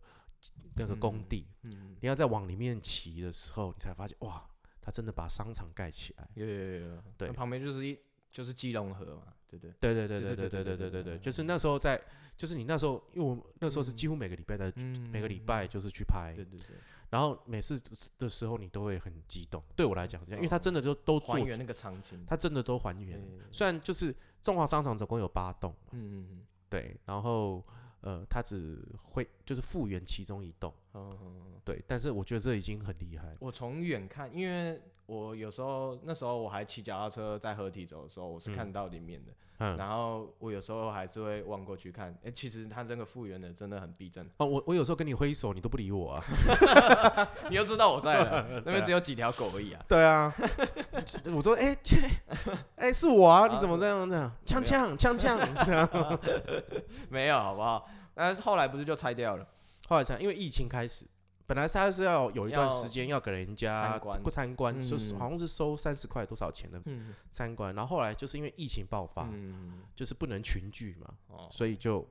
[SPEAKER 1] 那个工
[SPEAKER 2] 嗯
[SPEAKER 1] 地，
[SPEAKER 2] 嗯，
[SPEAKER 1] 你要再往里面骑的时候，你才发现哇，他真的把商场盖起来。
[SPEAKER 2] 有有有有，
[SPEAKER 1] 对
[SPEAKER 2] 那旁边就是一就是基隆河嘛，对对，
[SPEAKER 1] 对对对对
[SPEAKER 2] 对
[SPEAKER 1] 对对
[SPEAKER 2] 对对
[SPEAKER 1] 对对
[SPEAKER 2] 对
[SPEAKER 1] 对
[SPEAKER 2] 对
[SPEAKER 1] 对，
[SPEAKER 2] 嗯
[SPEAKER 1] 就是那时候在，就是你那时候，因为我们那时候是
[SPEAKER 2] 嗯
[SPEAKER 1] 几乎每个礼拜在
[SPEAKER 2] 嗯
[SPEAKER 1] 每个礼拜，就是去拍，
[SPEAKER 2] 对对对，
[SPEAKER 1] 然后每次的时候你都会很激动。对我来讲是这样，因为他真的就都做
[SPEAKER 2] 哦还原那个场景，
[SPEAKER 1] 它真的都还原了。
[SPEAKER 2] 对
[SPEAKER 1] 虽然就是中华商场总共有八栋，
[SPEAKER 2] 嗯嗯嗯
[SPEAKER 1] 对，然后呃，它只会就是复原其中一栋，
[SPEAKER 2] 哦哦，哦
[SPEAKER 1] 对，但是我觉得这已经很厉害。
[SPEAKER 2] 我从远看，因为我有时候那时候我还骑脚踏车在河堤走的时候，我是看到里面的，
[SPEAKER 1] 嗯，
[SPEAKER 2] 然后我有时候还是会望过去看，哎，其实它这个复原的真的很逼真，
[SPEAKER 1] 哦，我我有时候跟你挥手，你都不理我啊。
[SPEAKER 2] 你就知道我在了，那边只有几条狗而已啊，
[SPEAKER 1] 对啊， 我都哎哎、是我啊，
[SPEAKER 2] 啊
[SPEAKER 1] 你怎么
[SPEAKER 2] 是
[SPEAKER 1] 这样这样？呛呛呛呛这样。
[SPEAKER 2] 没有好不好？但是后来不是就拆掉了。
[SPEAKER 1] 后来才因为疫情开始。本来他是要有一段
[SPEAKER 2] 要
[SPEAKER 1] 时间要给人家
[SPEAKER 2] 参观
[SPEAKER 1] 不参观，就是
[SPEAKER 2] 嗯
[SPEAKER 1] 好像是收三十块多少钱的
[SPEAKER 2] 嗯，
[SPEAKER 1] 参观，然后后来就是因为疫情爆发，
[SPEAKER 2] 嗯，
[SPEAKER 1] 就是不能群聚嘛，
[SPEAKER 2] 哦，
[SPEAKER 1] 所以就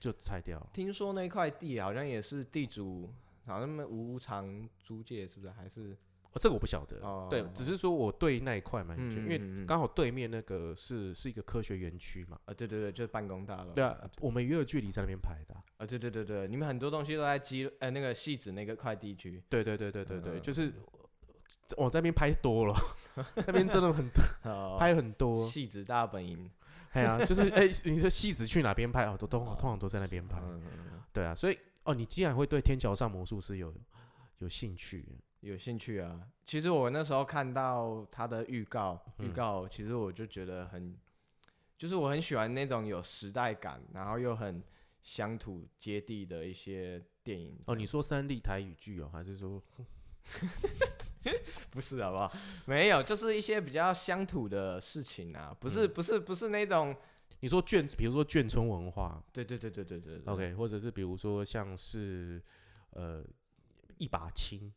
[SPEAKER 1] 就拆掉。
[SPEAKER 2] 听说那块地好像也是地主，好像他们无偿租借，是不是？还是
[SPEAKER 1] 哦这个我不晓得。
[SPEAKER 2] 哦
[SPEAKER 1] 对，只是说我对那一块蛮有兴趣，因为
[SPEAKER 2] 嗯嗯嗯
[SPEAKER 1] 刚好对面那个是是一个科学园区嘛。
[SPEAKER 2] 啊，对对对，就是办公大楼。
[SPEAKER 1] 对啊，我们也有距离在那边拍的啊、
[SPEAKER 2] 啊，对对对对，你们很多东西都在基呃那个戏子那个块地区，
[SPEAKER 1] 对对对对对
[SPEAKER 2] 嗯
[SPEAKER 1] 对，
[SPEAKER 2] 嗯
[SPEAKER 1] 就是我在那边拍多 了，那边真的很多
[SPEAKER 2] 哦
[SPEAKER 1] 拍很多。
[SPEAKER 2] 戏子大本营。
[SPEAKER 1] 哎呀，就是哎，你说戏子去哪边拍哦，都都通常都在那边拍。
[SPEAKER 2] 嗯，嗯嗯
[SPEAKER 1] 对啊，所以哦，你既然会对天桥上魔术师有有兴趣，
[SPEAKER 2] 有兴趣啊。其实我那时候看到他的预告，预
[SPEAKER 1] 嗯
[SPEAKER 2] 告其实我就觉得很，就是我很喜欢那种有时代感，然后又很乡土接地的一些电影这样。
[SPEAKER 1] 哦，你说三立台语剧哦，还是说
[SPEAKER 2] 不是好不 好？没有，就是一些比较乡土的事情啊，不
[SPEAKER 1] 嗯
[SPEAKER 2] 是、不是不是那种，
[SPEAKER 1] 你说眷，比如说眷村文化
[SPEAKER 2] 对对对对对对对
[SPEAKER 1] ，OK，或者是比如说像是呃一把青，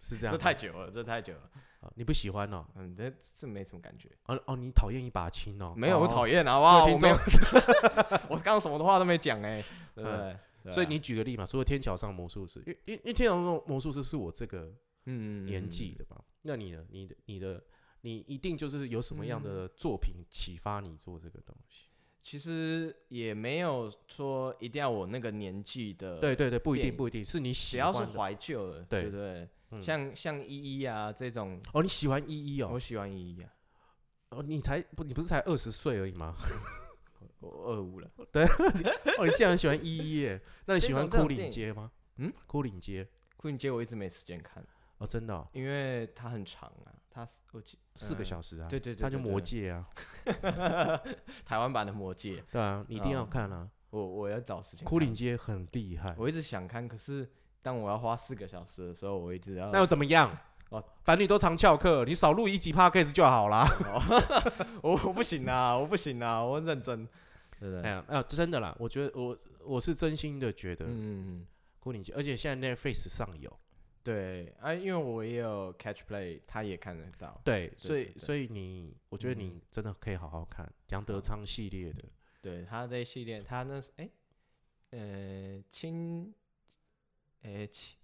[SPEAKER 1] 是这样吗，
[SPEAKER 2] 哦这太久了，这太久了，
[SPEAKER 1] 哦你不喜欢哦，
[SPEAKER 2] 嗯，这这没什么感觉。
[SPEAKER 1] 哦哦，你讨厌一把青哦，
[SPEAKER 2] 没有，我
[SPEAKER 1] 厌。
[SPEAKER 2] 讨厌，好不好？
[SPEAKER 1] 各位
[SPEAKER 2] 我没
[SPEAKER 1] 听嗯
[SPEAKER 2] 有，我刚刚什么的话都没讲哎、对不对？对啊
[SPEAKER 1] 所以你举个例嘛，除了天桥上魔术师，因为因为因为天桥上魔术师是我这个
[SPEAKER 2] 嗯
[SPEAKER 1] 年纪的嘛，那你呢？你的你的你一定就是有什么样
[SPEAKER 2] 嗯
[SPEAKER 1] 的作品启发你做这个东西？
[SPEAKER 2] 其实也没有说一定要我那个年纪的，
[SPEAKER 1] 对，对对，不一
[SPEAKER 2] 呃电
[SPEAKER 1] 定
[SPEAKER 2] 影
[SPEAKER 1] 不一定是你
[SPEAKER 2] 只
[SPEAKER 1] 喜
[SPEAKER 2] 要
[SPEAKER 1] 欢
[SPEAKER 2] 是
[SPEAKER 1] 的
[SPEAKER 2] 怀旧的，
[SPEAKER 1] 对
[SPEAKER 2] 对不对？
[SPEAKER 1] 嗯
[SPEAKER 2] 像像依依啊这种，
[SPEAKER 1] 哦，你喜欢依依
[SPEAKER 2] 我
[SPEAKER 1] 哦，
[SPEAKER 2] 喜欢依依啊，
[SPEAKER 1] 哦，你才不你不是才二十岁而已吗？
[SPEAKER 2] 我二五了，
[SPEAKER 1] 哦，你竟然喜欢依依耶？那你喜欢
[SPEAKER 2] 这种
[SPEAKER 1] 牯
[SPEAKER 2] 这种电
[SPEAKER 1] 岭
[SPEAKER 2] 影
[SPEAKER 1] 街吗？
[SPEAKER 2] 嗯，
[SPEAKER 1] 牯岭街
[SPEAKER 2] 酷影街我一直没时间看，
[SPEAKER 1] 哦，真的哦，
[SPEAKER 2] 因为它很长啊，它是我记
[SPEAKER 1] 四个
[SPEAKER 2] 嗯
[SPEAKER 1] 小时啊，
[SPEAKER 2] 对对对
[SPEAKER 1] 他就
[SPEAKER 2] 对对
[SPEAKER 1] 魔戒啊，
[SPEAKER 2] 台湾版的《魔戒》，
[SPEAKER 1] 对啊，你一定要看啊，
[SPEAKER 2] 我我要找时间。
[SPEAKER 1] 牯岭，街很厉害，
[SPEAKER 2] 哦我一直想看，可是当我要花四个小时的时候，我一直要
[SPEAKER 1] 那又怎么样？
[SPEAKER 2] 哦
[SPEAKER 1] 哦，反正你都常翘课，你少录一集 podcast 就好啦。
[SPEAKER 2] 我 我不行啊，我不行啊，我认真，对不
[SPEAKER 1] 哎
[SPEAKER 2] 对？
[SPEAKER 1] 呀，啊，真的啦，我觉得我我是真心的觉得
[SPEAKER 2] 嗯，
[SPEAKER 1] 牯岭街，而且现在 Netflix 上有，
[SPEAKER 2] 对啊，因为我也有 Catch Play，他也看得到，
[SPEAKER 1] 对，所
[SPEAKER 2] 对
[SPEAKER 1] 以
[SPEAKER 2] 对嗯
[SPEAKER 1] 所以你，我觉得你真的可以好好看杨德昌系列的，
[SPEAKER 2] 对他这一系列，他那是哎，呃，青，哎青，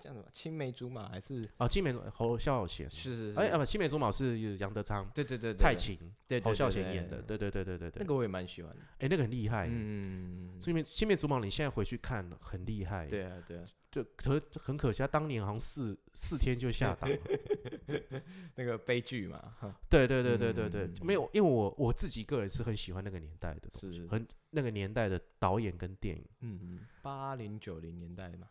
[SPEAKER 2] 叫什么？青梅竹马还是
[SPEAKER 1] 啊，青梅侯孝贤，
[SPEAKER 2] 是是
[SPEAKER 1] 哎啊
[SPEAKER 2] 是，
[SPEAKER 1] 不，青梅竹马是杨德昌、
[SPEAKER 2] 对对对，对
[SPEAKER 1] 蔡
[SPEAKER 2] 对
[SPEAKER 1] 琴、
[SPEAKER 2] 对对
[SPEAKER 1] 侯孝
[SPEAKER 2] 对
[SPEAKER 1] 贤
[SPEAKER 2] 对
[SPEAKER 1] 演的，对对对对对
[SPEAKER 2] 那
[SPEAKER 1] 对，
[SPEAKER 2] 个我也蛮喜欢的，
[SPEAKER 1] 哎，那个很厉害。
[SPEAKER 2] 嗯，
[SPEAKER 1] 青梅青梅竹马，你现在回去看很厉害，，
[SPEAKER 2] 对啊对啊，
[SPEAKER 1] 就可很可惜，他当年好像四四天就下 档了，
[SPEAKER 2] 那个悲剧嘛，哈
[SPEAKER 1] 对对对对对对，
[SPEAKER 2] 嗯
[SPEAKER 1] 没有，因为我我自己个人是很喜欢那个年代的东西，
[SPEAKER 2] 是是
[SPEAKER 1] 很那个年代的导演跟电影。
[SPEAKER 2] 嗯，八零九零年代嘛，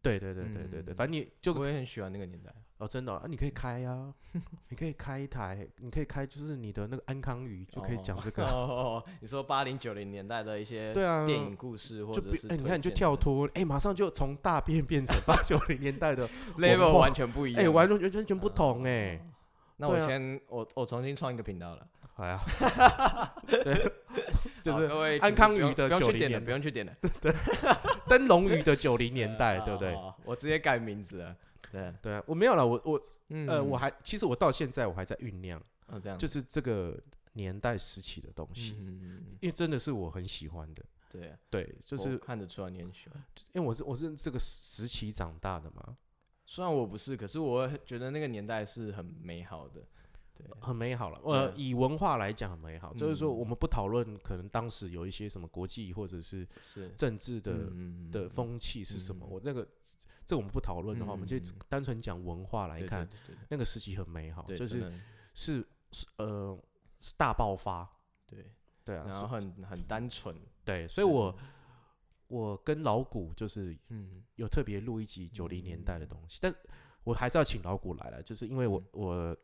[SPEAKER 1] 对对对对对对，反正你就
[SPEAKER 2] 嗯我也很喜欢那个年代。
[SPEAKER 1] 哦，真的哦、啊，你可以开啊，你可以开一台，你可以开就是你的那个安康鱼就可以讲这个
[SPEAKER 2] 哦
[SPEAKER 1] 啊。
[SPEAKER 2] 哦，哦你说八零九零年代的一些
[SPEAKER 1] 对啊，
[SPEAKER 2] 电影故事，或
[SPEAKER 1] 就
[SPEAKER 2] 者
[SPEAKER 1] 比
[SPEAKER 2] 是
[SPEAKER 1] 哎，你看你就
[SPEAKER 2] 推荐的
[SPEAKER 1] 跳脱，哎，马上就从大便变成八九零年代的文
[SPEAKER 2] level
[SPEAKER 1] 化
[SPEAKER 2] 完全不一样，
[SPEAKER 1] 哎，完全完全不同哎、
[SPEAKER 2] 哦。那我
[SPEAKER 1] 对啊
[SPEAKER 2] 先我我重新创一个频道了，
[SPEAKER 1] 哎呀， 对， 就
[SPEAKER 2] 好
[SPEAKER 1] 是
[SPEAKER 2] 各位
[SPEAKER 1] 安
[SPEAKER 2] 其实
[SPEAKER 1] 康
[SPEAKER 2] 不用
[SPEAKER 1] 鱼的
[SPEAKER 2] 不用
[SPEAKER 1] 90
[SPEAKER 2] 去点了，
[SPEAKER 1] 年
[SPEAKER 2] 不用去点了，
[SPEAKER 1] 灯笼鱼的九零年 代，对不对
[SPEAKER 2] 嗯好？？好好哦我直接改名字了，对，
[SPEAKER 1] 对啊，我没有了，我我
[SPEAKER 2] 嗯
[SPEAKER 1] 呃，我还其实我到现在我还在酝酿，
[SPEAKER 2] 哦这样
[SPEAKER 1] 就是这个年代时期的东西，
[SPEAKER 2] 嗯，
[SPEAKER 1] 因为真的是我很喜欢的。
[SPEAKER 2] 对啊，
[SPEAKER 1] 对，就
[SPEAKER 2] 就是看得出来你很喜欢。
[SPEAKER 1] 因为我是我是这个时期长大的嘛，
[SPEAKER 2] 虽然我不是，可是我觉得那个年代是很美好的，对，
[SPEAKER 1] 很美好了。呃，
[SPEAKER 2] 对
[SPEAKER 1] 以文化来讲很美好，就是说
[SPEAKER 2] 嗯
[SPEAKER 1] 我们不讨论可能当时有一些什么国际或者是
[SPEAKER 2] 是
[SPEAKER 1] 政治的、
[SPEAKER 2] 嗯嗯嗯
[SPEAKER 1] 的风气是什么，
[SPEAKER 2] 嗯
[SPEAKER 1] 我那个这我们不讨论的话，我们就
[SPEAKER 2] 嗯嗯嗯
[SPEAKER 1] 单纯讲文化来
[SPEAKER 2] 对
[SPEAKER 1] 看，
[SPEAKER 2] 对对对
[SPEAKER 1] 那个时期很美好，
[SPEAKER 2] 对
[SPEAKER 1] 就是
[SPEAKER 2] 真的
[SPEAKER 1] 是是呃是大爆发。
[SPEAKER 2] 对，
[SPEAKER 1] 对啊，
[SPEAKER 2] 然
[SPEAKER 1] 所
[SPEAKER 2] 后很很单纯，
[SPEAKER 1] 对，所以
[SPEAKER 2] 对
[SPEAKER 1] 我我跟老谷就是
[SPEAKER 2] 嗯，
[SPEAKER 1] 有特别录一集九零年代的东西，但我还是要请老谷来了，就是因为
[SPEAKER 2] 嗯
[SPEAKER 1] 我、我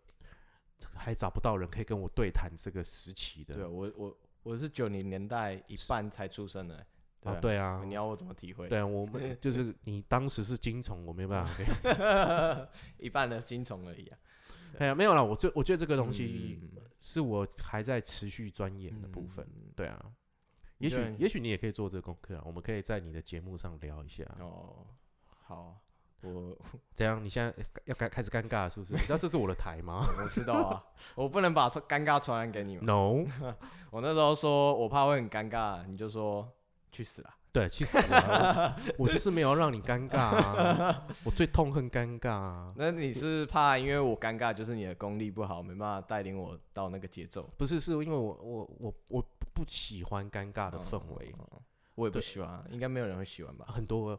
[SPEAKER 1] 还找不到人可以跟我对谈这个时期的。
[SPEAKER 2] 对哦我我我是九零年代一半才出生的、
[SPEAKER 1] 啊，
[SPEAKER 2] 吧
[SPEAKER 1] 对啊
[SPEAKER 2] 你，要我怎么体会？
[SPEAKER 1] 对啊，我们 就是你当时是金虫，我没办法给 你。
[SPEAKER 2] 一半的金虫而已啊，
[SPEAKER 1] 哎呀，没有啦，我最我觉得这个东西
[SPEAKER 2] 嗯
[SPEAKER 1] 是我还在持续钻研的部分。对啊，也
[SPEAKER 2] 你
[SPEAKER 1] 许
[SPEAKER 2] 就
[SPEAKER 1] 也许你也可以做这个功课啊，我们可以在你的节目上聊一下。
[SPEAKER 2] 哦，好，我
[SPEAKER 1] 怎样？你现在呃要开开始尴尬了是不是？你知道这是我的台 吗
[SPEAKER 2] 我知道啊，我不能把这尴尬传染给你们。
[SPEAKER 1] ？No，
[SPEAKER 2] 我那时候说我怕会很尴尬，你就说去死啦。
[SPEAKER 1] 对，去死啊！我我就是没有让你尴尬 啊！我最痛恨尴尬啊！
[SPEAKER 2] 那你是怕因为我尴尬，就是你的功力不好，没办法带领我到那个节奏。
[SPEAKER 1] 不是，是因为我我我我不喜欢尴尬的氛围，
[SPEAKER 2] 我也不喜欢啊，应该没有人会喜欢吧？
[SPEAKER 1] 很多
[SPEAKER 2] 哦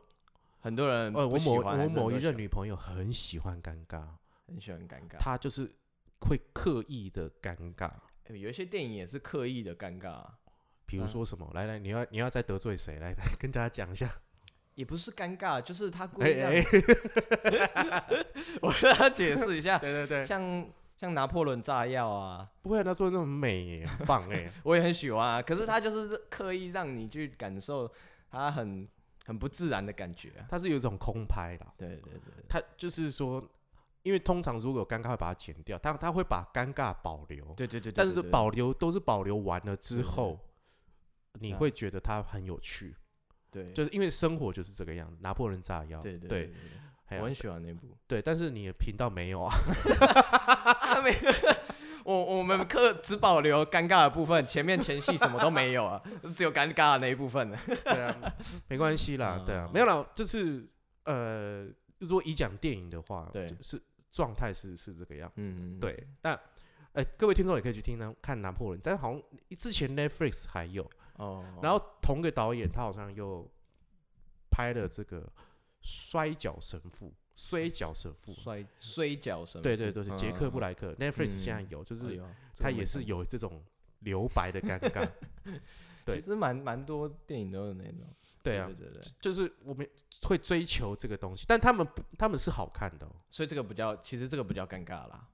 [SPEAKER 2] 很多人
[SPEAKER 1] 呃，我
[SPEAKER 2] 不喜
[SPEAKER 1] 某
[SPEAKER 2] 欢
[SPEAKER 1] 我
[SPEAKER 2] 还是很
[SPEAKER 1] 某
[SPEAKER 2] 多
[SPEAKER 1] 一
[SPEAKER 2] 人
[SPEAKER 1] 任女朋友很喜欢尴尬，
[SPEAKER 2] 很喜欢尴尬。
[SPEAKER 1] 她就是会刻意的尴尬。
[SPEAKER 2] 欸有一些电影也是刻意的尴尬啊、
[SPEAKER 1] 比如
[SPEAKER 2] 嗯
[SPEAKER 1] 说什么？来来，你要你要再得罪谁？来 来，跟大家讲一下。
[SPEAKER 2] 也不是尴尬，就是他故
[SPEAKER 1] 哎
[SPEAKER 2] 意让你。
[SPEAKER 1] 哎，
[SPEAKER 2] 我让他解释一下，
[SPEAKER 1] 对对对，
[SPEAKER 2] 像像拿破仑炸药啊，
[SPEAKER 1] 不会，他做的很美耶，很棒哎。
[SPEAKER 2] 我也很喜欢啊，可是他就是刻意让你去感受他很很不自然的感觉啊。
[SPEAKER 1] 他是有一种空拍啦，
[SPEAKER 2] 对对对，
[SPEAKER 1] 他就是说，因为通常如果有尴尬会把它剪掉，他他会把尴尬保留，
[SPEAKER 2] 对对对对，
[SPEAKER 1] 但
[SPEAKER 2] 对
[SPEAKER 1] 是
[SPEAKER 2] 对
[SPEAKER 1] 保留都是保留完了之
[SPEAKER 2] 对对
[SPEAKER 1] 后，你
[SPEAKER 2] 啊
[SPEAKER 1] 会觉得它很有趣，
[SPEAKER 2] 对
[SPEAKER 1] 就是因为生活就是这个样子。拿破仑炸药，
[SPEAKER 2] 对对
[SPEAKER 1] 对，还
[SPEAKER 2] 我
[SPEAKER 1] 有
[SPEAKER 2] 很喜欢那部。
[SPEAKER 1] 对，但是你的频道没有啊，
[SPEAKER 2] 啊，没， 我我们课只保留尴尬的部分，前面前戏什么都没有啊， 只有尴尬的那一部分。
[SPEAKER 1] 对 啊，没关系啦，对啊，
[SPEAKER 2] 嗯
[SPEAKER 1] 没有啦，就是呃，如果以讲电影的话，
[SPEAKER 2] 对
[SPEAKER 1] 就是状态是是这个样子，
[SPEAKER 2] 嗯，
[SPEAKER 1] 对，但。哎、各位听众也可以去听呢，看拿破仑，但好像之前 Netflix 还有，
[SPEAKER 2] 哦，
[SPEAKER 1] 然后同个导演他好像又拍了这个《摔跤神父》《摔跤神父》，
[SPEAKER 2] 摔摔跤什么？
[SPEAKER 1] 对对对，是杰克布
[SPEAKER 2] 莱，
[SPEAKER 1] 莱克。Netflix 现在有，就
[SPEAKER 2] 嗯哎
[SPEAKER 1] 是
[SPEAKER 2] 呦这
[SPEAKER 1] 他
[SPEAKER 2] 个没
[SPEAKER 1] 也是
[SPEAKER 2] 看
[SPEAKER 1] 有这种留白的尴 尬。
[SPEAKER 2] 过，
[SPEAKER 1] 对
[SPEAKER 2] 其实蛮蛮多电影都有那种。
[SPEAKER 1] 对啊，
[SPEAKER 2] 对对对，
[SPEAKER 1] 就是我们会追求这个东西，但他们不，他们是好看的哦。
[SPEAKER 2] 所以这个比较，其实这个比较尴尬啦，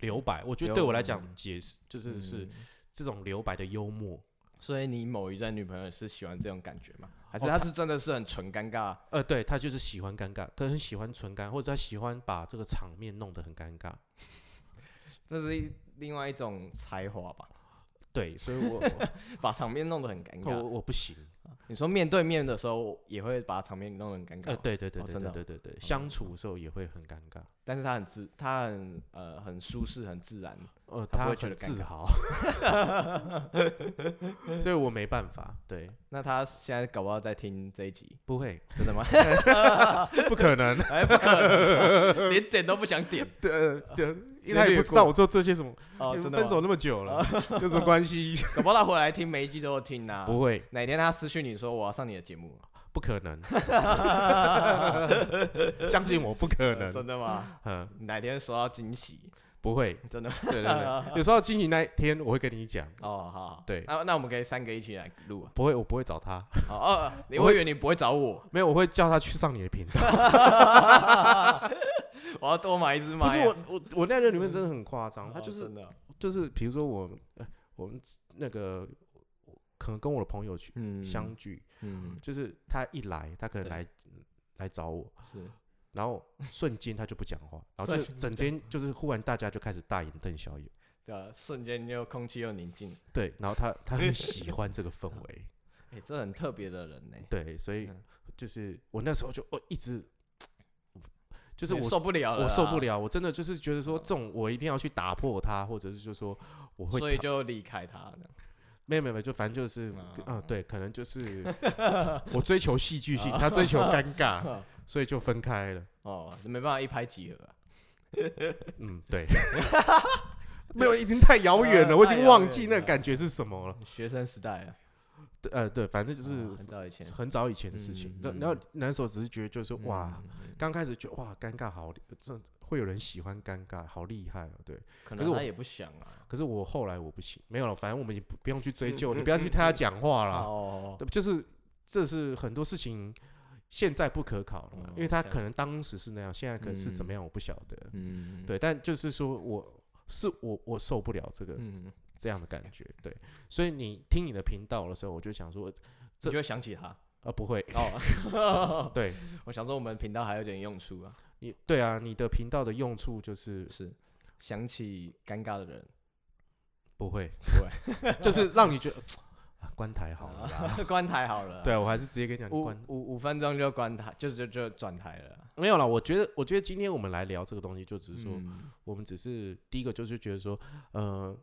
[SPEAKER 1] 留白，我觉得对我来讲，
[SPEAKER 2] 嗯
[SPEAKER 1] 解释就是是
[SPEAKER 2] 嗯。
[SPEAKER 1] 这种留白的幽默。
[SPEAKER 2] 所以你某一任女朋友是喜欢这种感觉吗？还是
[SPEAKER 1] 哦
[SPEAKER 2] 她
[SPEAKER 1] 她
[SPEAKER 2] 是真的是很纯尴尬？
[SPEAKER 1] 呃，对他就是喜欢尴尬，可能很喜欢纯尴，或者他喜欢把这个场面弄得很尴尬。
[SPEAKER 2] 这是一另外一种才华吧，
[SPEAKER 1] 对，所以 我
[SPEAKER 2] 把场面弄得很尴
[SPEAKER 1] 我我
[SPEAKER 2] 尬。
[SPEAKER 1] 我不行。
[SPEAKER 2] 你说面对面的时候也会把场面弄得很尴尬
[SPEAKER 1] 呃，
[SPEAKER 2] 吗，
[SPEAKER 1] 对对对
[SPEAKER 2] 哦
[SPEAKER 1] 对
[SPEAKER 2] 真的
[SPEAKER 1] 对
[SPEAKER 2] 哦
[SPEAKER 1] 对对对，相处的时候也会很尴尬。
[SPEAKER 2] 但是他很自，他很呃很舒适，很自然。
[SPEAKER 1] 呃，
[SPEAKER 2] 他不
[SPEAKER 1] 他
[SPEAKER 2] 会觉
[SPEAKER 1] 很
[SPEAKER 2] 得尴
[SPEAKER 1] 自
[SPEAKER 2] 尬
[SPEAKER 1] 豪， 所以我没办法。对，
[SPEAKER 2] 那他现在搞不好在听这一集，
[SPEAKER 1] 不会，
[SPEAKER 2] 真的吗？
[SPEAKER 1] 不可 能。
[SPEAKER 2] 哎，不可能，啊连点都不想点
[SPEAKER 1] 对对，
[SPEAKER 2] 直接
[SPEAKER 1] 因为他也
[SPEAKER 2] 略
[SPEAKER 1] 不知道
[SPEAKER 2] 过
[SPEAKER 1] 我做这些什么，
[SPEAKER 2] 哦，
[SPEAKER 1] 因为
[SPEAKER 2] 真的吗哦
[SPEAKER 1] 分手那么久了， 有什么关系？
[SPEAKER 2] 搞不好他回来听每一集都有听呐、
[SPEAKER 1] 不会，
[SPEAKER 2] 哪天他私讯你说我要上你的节目，
[SPEAKER 1] 不可 能，相信我，不可
[SPEAKER 2] 呃
[SPEAKER 1] 能。
[SPEAKER 2] 真的吗？
[SPEAKER 1] 嗯，
[SPEAKER 2] 哪天收到惊喜，
[SPEAKER 1] 不会。
[SPEAKER 2] 真的吗？
[SPEAKER 1] 对对 对，有时候惊喜那一天我会跟你讲，
[SPEAKER 2] 哦，好，
[SPEAKER 1] 对
[SPEAKER 2] 那那我们可以三个一起来录啊。
[SPEAKER 1] 不会，我不会找他，
[SPEAKER 2] 好哦，你
[SPEAKER 1] 我
[SPEAKER 2] 我以为你不会找我，
[SPEAKER 1] 没有，我会叫他去上你的频道。
[SPEAKER 2] 我要多买一只马
[SPEAKER 1] 不
[SPEAKER 2] 呀。
[SPEAKER 1] 是我，我我那任里面真的很夸张，
[SPEAKER 2] 哦，
[SPEAKER 1] 他就是
[SPEAKER 2] 真的，
[SPEAKER 1] 就是比如说我呃我们那个可能跟我的朋友去
[SPEAKER 2] 嗯
[SPEAKER 1] 相聚，
[SPEAKER 2] 嗯
[SPEAKER 1] 就是他一来，他可能
[SPEAKER 2] 对
[SPEAKER 1] 来来找我，
[SPEAKER 2] 是
[SPEAKER 1] 然后瞬间他就不讲话，然后就
[SPEAKER 2] 瞬间
[SPEAKER 1] 整天就是忽然大家就开始大眼瞪小眼，
[SPEAKER 2] 的，瞬间就空气又宁静了。
[SPEAKER 1] 对，然后他他很喜欢这个 氛围，
[SPEAKER 2] 哎，这很特别的人呢，
[SPEAKER 1] 对，所以
[SPEAKER 2] 嗯
[SPEAKER 1] 就是我那时候就哦一直就是
[SPEAKER 2] 你
[SPEAKER 1] 我
[SPEAKER 2] 受不了了，啊嗯
[SPEAKER 1] 我受不，了，我真的就是觉得说这种我一定要去打破它，或者是就说我会
[SPEAKER 2] 所以
[SPEAKER 1] 讨
[SPEAKER 2] 就离开他了。
[SPEAKER 1] 没有没有，没有，就反正就是，
[SPEAKER 2] 啊
[SPEAKER 1] 嗯，对，可能就是 我追求戏剧
[SPEAKER 2] 啊
[SPEAKER 1] 性，他追求尴 尬，所以就分开了。
[SPEAKER 2] 哦，没办法，一拍即合啊。
[SPEAKER 1] 嗯， 对，没有，已经太遥远了，
[SPEAKER 2] 啊
[SPEAKER 1] 我已经忘
[SPEAKER 2] 太
[SPEAKER 1] 记
[SPEAKER 2] 遥远
[SPEAKER 1] 那
[SPEAKER 2] 了
[SPEAKER 1] 个感觉是什么了。
[SPEAKER 2] 学生时代啊，
[SPEAKER 1] 对呃，对，反正就
[SPEAKER 2] 啊
[SPEAKER 1] 是
[SPEAKER 2] 很早以前。
[SPEAKER 1] 很早以前的事情
[SPEAKER 2] 嗯。
[SPEAKER 1] 那
[SPEAKER 2] 嗯
[SPEAKER 1] 然后那时候只是觉得，就是说哇，
[SPEAKER 2] 嗯，嗯嗯
[SPEAKER 1] 刚开始觉得哇，尴尬好，这会有人喜欢尴尬，好厉害哦，对。
[SPEAKER 2] 可
[SPEAKER 1] 可是
[SPEAKER 2] 能
[SPEAKER 1] 我
[SPEAKER 2] 他也不想啊。
[SPEAKER 1] 可是我后来我不行，没有了，反正我们也不不用去追究，
[SPEAKER 2] 嗯
[SPEAKER 1] 你不要去听他讲话啦。
[SPEAKER 2] 哦，
[SPEAKER 1] 对，就是这是很多事情现在不可考了嘛，因为
[SPEAKER 2] 哦
[SPEAKER 1] 他
[SPEAKER 2] 这
[SPEAKER 1] 可能当时是那样，现在可能是怎么样，我不晓得。
[SPEAKER 2] 嗯，
[SPEAKER 1] 对，但就是说我是我我受不了这个、
[SPEAKER 2] 嗯，嗯，
[SPEAKER 1] 这样的感觉，对，所以你听你的频道的时候，我就想说，这
[SPEAKER 2] 你就会想起他。
[SPEAKER 1] 呃，不会，
[SPEAKER 2] 哦，
[SPEAKER 1] 对
[SPEAKER 2] 我想说我们频道还有点用处啊，
[SPEAKER 1] 你对啊，你的频道的用处就是
[SPEAKER 2] 是想起尴尬的人，
[SPEAKER 1] 不会
[SPEAKER 2] 不
[SPEAKER 1] 会，就是让你觉得、啊关台好了啦，
[SPEAKER 2] 关台好了啊，
[SPEAKER 1] 对啊，我还是直接跟你讲
[SPEAKER 2] 五
[SPEAKER 1] 关。
[SPEAKER 2] 五五分钟就关台，就就就转台了啊。
[SPEAKER 1] 没有了，我觉得，我觉得今天我们来聊这个东西，就只是说，
[SPEAKER 2] 嗯
[SPEAKER 1] 我们只是第一个就是觉得说，呃，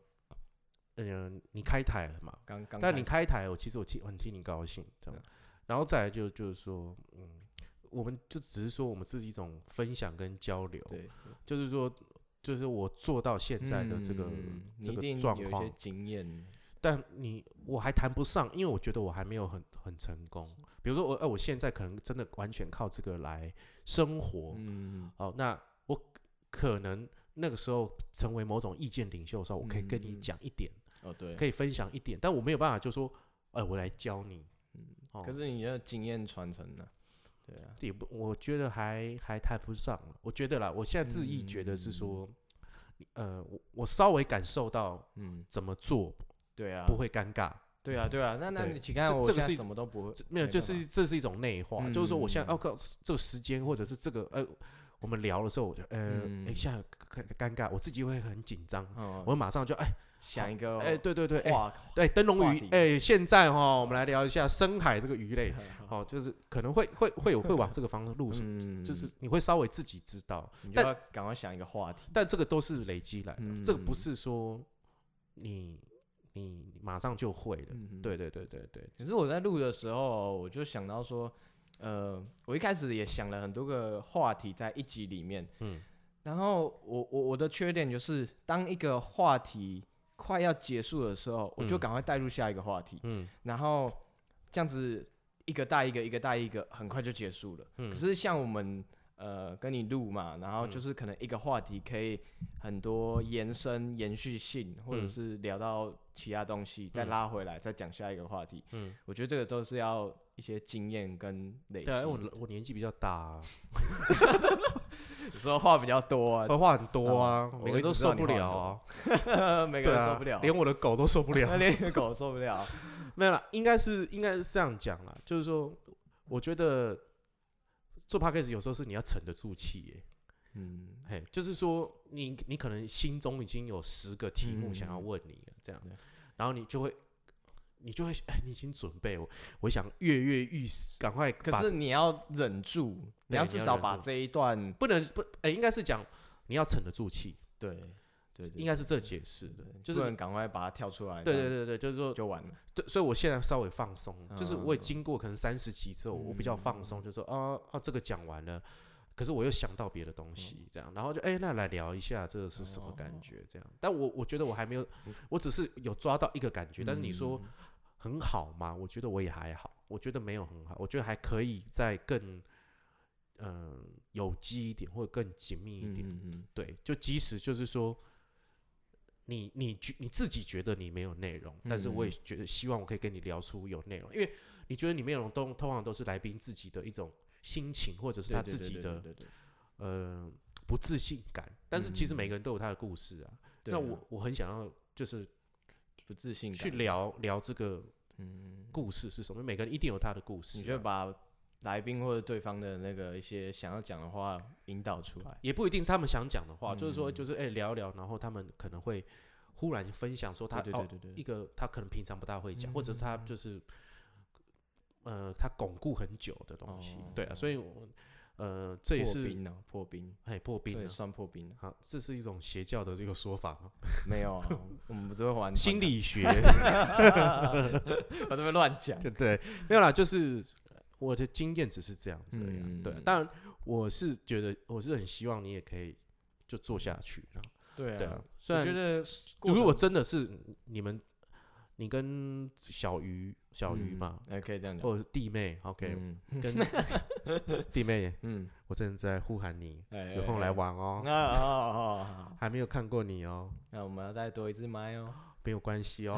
[SPEAKER 1] 嗯、你开台了嘛？
[SPEAKER 2] 刚刚，嗯
[SPEAKER 1] 但你，开台，我其实我替我很替你高兴，这样。然后再来就就是说，嗯，我们就只是说我们是一种分享跟交流，
[SPEAKER 2] 对，
[SPEAKER 1] 就是说，就是我做到现在的这个、
[SPEAKER 2] 嗯你
[SPEAKER 1] 这
[SPEAKER 2] 一定
[SPEAKER 1] 个状
[SPEAKER 2] 有一些
[SPEAKER 1] 况，
[SPEAKER 2] 经验，
[SPEAKER 1] 但你我还谈不上，因为我觉得我还没有很很成功。比如说我，呃，我现在可能真的完全靠这个来生活，
[SPEAKER 2] 嗯，
[SPEAKER 1] 哦，那我可能那个时候成为某种意见领袖的时候，我可以跟
[SPEAKER 2] 嗯
[SPEAKER 1] 你
[SPEAKER 2] 嗯嗯
[SPEAKER 1] 讲一点，
[SPEAKER 2] 哦对，
[SPEAKER 1] 可以分享一点，但我没有办法就说，呃，我来教你。哦
[SPEAKER 2] 可是你的经验传承呢？对啊，
[SPEAKER 1] 也不，我觉得还还谈不上了。我觉得啦，我现在自意觉得是说，呃，我我稍微感受到
[SPEAKER 2] 嗯，
[SPEAKER 1] 怎么做
[SPEAKER 2] 对啊，
[SPEAKER 1] 不会尴尬，
[SPEAKER 2] 对啊，对啊，那那
[SPEAKER 1] 对
[SPEAKER 2] 你请看
[SPEAKER 1] 这
[SPEAKER 2] 我
[SPEAKER 1] 这
[SPEAKER 2] 现
[SPEAKER 1] 个
[SPEAKER 2] 在
[SPEAKER 1] 是一
[SPEAKER 2] 什么都不会
[SPEAKER 1] 这，没有，
[SPEAKER 2] 干
[SPEAKER 1] 就是
[SPEAKER 2] 嘛
[SPEAKER 1] 这是一种内化，就是说我现在
[SPEAKER 2] 嗯
[SPEAKER 1] 哦靠，这个时间或者是这个呃，我们聊的时候，我就呃，哎，
[SPEAKER 2] 嗯
[SPEAKER 1] 现在尴尴尬，我自己会很紧张，
[SPEAKER 2] 哦，
[SPEAKER 1] 我马上就哎
[SPEAKER 2] 想一个
[SPEAKER 1] 哎，对对对，哎
[SPEAKER 2] 话，
[SPEAKER 1] 对，灯笼
[SPEAKER 2] 话
[SPEAKER 1] 鱼
[SPEAKER 2] 题，
[SPEAKER 1] 哎，现在哈，我们来聊一下深海这个鱼类， 哦，就是可能会会会有会往这个方向路数，
[SPEAKER 2] 嗯
[SPEAKER 1] 就是你会稍微自己知道，
[SPEAKER 2] 你就
[SPEAKER 1] 但
[SPEAKER 2] 要赶快想一个话题，
[SPEAKER 1] 但这个都是累积来的，这个不
[SPEAKER 2] 嗯
[SPEAKER 1] 是说你你你马上就会的。
[SPEAKER 2] 嗯
[SPEAKER 1] 对对对对对，
[SPEAKER 2] 可是我在录的时候，我就想到说，呃，我一开始也想了很多个话题在一集里面，
[SPEAKER 1] 嗯，
[SPEAKER 2] 然后我我我的缺点就是，当一个话题快要结束的时候，我就
[SPEAKER 1] 嗯
[SPEAKER 2] 赶快带入下一个话题，
[SPEAKER 1] 嗯
[SPEAKER 2] 然后这样子一个带一个，一个带一个，很快就结束了。
[SPEAKER 1] 嗯
[SPEAKER 2] 可是像我们呃跟你录嘛，然后就是可能一个话题可以很多延伸、延续性，或者
[SPEAKER 1] 嗯
[SPEAKER 2] 是聊到其他东西，再
[SPEAKER 1] 嗯
[SPEAKER 2] 拉回来，再讲下一个话题。
[SPEAKER 1] 嗯，
[SPEAKER 2] 我觉得这个都是要一些经验跟累积
[SPEAKER 1] 对啊，因为。我我年纪比较大、啊，
[SPEAKER 2] 有时候话比较 多啊，
[SPEAKER 1] 我呃话很多啊，
[SPEAKER 2] 嗯
[SPEAKER 1] 每个人都受不了啊，
[SPEAKER 2] 每个
[SPEAKER 1] 对
[SPEAKER 2] 人
[SPEAKER 1] 啊，
[SPEAKER 2] 受不了，
[SPEAKER 1] 连我的狗都受不了。
[SPEAKER 2] 连狗受不了。
[SPEAKER 1] 没有啦，应该是应该是这样讲啦，就是说，我觉得做 p a c k a g e 有时候是你要沉得住气、耶。
[SPEAKER 2] 嗯，
[SPEAKER 1] 嘿，就是说你你可能心中已经有十个题目想要
[SPEAKER 2] 嗯
[SPEAKER 1] 问你了，这样
[SPEAKER 2] 对，
[SPEAKER 1] 然后你就会。你就会，哎，你已经准备我，我想跃跃欲试，赶快把。
[SPEAKER 2] 可是你要忍住，你
[SPEAKER 1] 对
[SPEAKER 2] 要
[SPEAKER 1] 你
[SPEAKER 2] 至
[SPEAKER 1] 要
[SPEAKER 2] 少
[SPEAKER 1] 忍
[SPEAKER 2] 把
[SPEAKER 1] 住
[SPEAKER 2] 这一段
[SPEAKER 1] 不能不，哎，应该是讲你要沉得住气，
[SPEAKER 2] 对对，对
[SPEAKER 1] 应该是这解释的，就是
[SPEAKER 2] 不
[SPEAKER 1] 你
[SPEAKER 2] 能赶快把它跳出来，
[SPEAKER 1] 对
[SPEAKER 2] 这
[SPEAKER 1] 对对
[SPEAKER 2] 样
[SPEAKER 1] 对，就是说，
[SPEAKER 2] 就完了。
[SPEAKER 1] 对，所以我现在稍微放松，就是我也
[SPEAKER 2] 嗯
[SPEAKER 1] 经过可能三十集之后，我比较放松，就说啊啊，这个讲完了，可是我又想到别的东西，这样，然后就哎、那来聊一下这个是什么感觉，这样。但我我觉得我还没有，我只是有抓到一个感觉，但是你说
[SPEAKER 2] 嗯
[SPEAKER 1] 很好吗？我觉得我也还好，我觉得没有很好，我觉得还可以再更。嗯，有机一点，或者更紧密一点，
[SPEAKER 2] 嗯嗯
[SPEAKER 1] 对，就即使就是说，你你觉你自己觉得你没有内容，但是
[SPEAKER 2] 嗯
[SPEAKER 1] 我也觉得希望我可以跟你聊出有内容，因为你觉得你没有内容，都通常都是来宾自己的一种心情，或者是他自己的
[SPEAKER 2] 对对，
[SPEAKER 1] 呃不自信感。但是其实
[SPEAKER 2] 嗯
[SPEAKER 1] 每个人都有他的故事啊，那我我很想要就是
[SPEAKER 2] 不自信
[SPEAKER 1] 去
[SPEAKER 2] 去，
[SPEAKER 1] 聊聊这个
[SPEAKER 2] 嗯，
[SPEAKER 1] 故事是什么，每个人一定有他的故事啊、
[SPEAKER 2] 你就把来宾或者对方的那个一些想要讲的话引导出来，
[SPEAKER 1] 也不一定是他们想讲的话，就是说
[SPEAKER 2] 嗯
[SPEAKER 1] 就是哎、聊一聊，然后他们可能会忽然分享说他
[SPEAKER 2] 对
[SPEAKER 1] 哦
[SPEAKER 2] 对对对
[SPEAKER 1] 一
[SPEAKER 2] 对，
[SPEAKER 1] 个他可能平常不大会讲，或者是他就是呃他巩固很久的东西，对啊，所以我呃这也
[SPEAKER 2] 哦破
[SPEAKER 1] 是
[SPEAKER 2] 冰呢，破冰，
[SPEAKER 1] 哎破
[SPEAKER 2] 这
[SPEAKER 1] 冰
[SPEAKER 2] 也
[SPEAKER 1] 啊，
[SPEAKER 2] 算破冰啊，
[SPEAKER 1] 好，这是一种邪教的这个说法吗，
[SPEAKER 2] 没有啊，我们不是会玩
[SPEAKER 1] 心，理学
[SPEAKER 2] 啊 我这边乱讲，
[SPEAKER 1] 对对，没有啦，就是我的经验只是这样子而已啊，对啊，
[SPEAKER 2] 嗯
[SPEAKER 1] 当然我是觉得我是很希望你也可以就做下去，然后
[SPEAKER 2] 对
[SPEAKER 1] 对啊
[SPEAKER 2] 啊，，
[SPEAKER 1] 虽
[SPEAKER 2] 我
[SPEAKER 1] 然
[SPEAKER 2] 觉得
[SPEAKER 1] 如果真的是你们你跟小鱼小鱼嘛。
[SPEAKER 2] 哎，可以这样讲
[SPEAKER 1] 或者是弟妹，OK，、
[SPEAKER 2] 嗯
[SPEAKER 1] 跟 弟妹，
[SPEAKER 2] 嗯，
[SPEAKER 1] 我正在呼喊你，
[SPEAKER 2] 哎
[SPEAKER 1] 有空来。玩
[SPEAKER 2] 哎哎
[SPEAKER 1] 哦。
[SPEAKER 2] 那哦哦哦，好
[SPEAKER 1] 还没有看过你哦，
[SPEAKER 2] 那我们要再多一支麦哦。
[SPEAKER 1] 没有关系 哦，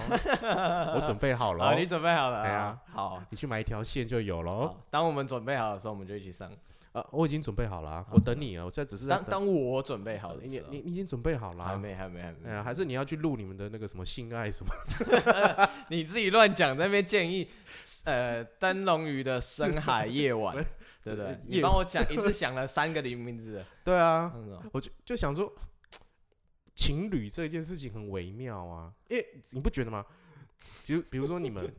[SPEAKER 1] 我准备好了
[SPEAKER 2] 好，
[SPEAKER 1] 哦。
[SPEAKER 2] 你准备好了？
[SPEAKER 1] 哎呀
[SPEAKER 2] 啊，好，
[SPEAKER 1] 你去买一条线就有了哦。
[SPEAKER 2] 好，当我们准备好的时候，我们就一起上。
[SPEAKER 1] 啊，我已经准备好了啊，
[SPEAKER 2] 好
[SPEAKER 1] 我等你啊，我现在只是在
[SPEAKER 2] 当
[SPEAKER 1] 等
[SPEAKER 2] 当我准备好的
[SPEAKER 1] 你
[SPEAKER 2] 时哦候，
[SPEAKER 1] 你你已经准备好了
[SPEAKER 2] 还
[SPEAKER 1] 啊。
[SPEAKER 2] 没还没还没，
[SPEAKER 1] 哎呀，还是你要去录你们的那个什么性爱什么？
[SPEAKER 2] 你自己乱讲，在那边建议，呃，灯笼鱼的深海 夜晚，对不对？你
[SPEAKER 1] 夜
[SPEAKER 2] 帮我讲一次，想了三个名名字，
[SPEAKER 1] 对啊，
[SPEAKER 2] 那种
[SPEAKER 1] 我就就想说，情侣这件事情很微妙啊，因为你不觉得吗？比如比如说你们，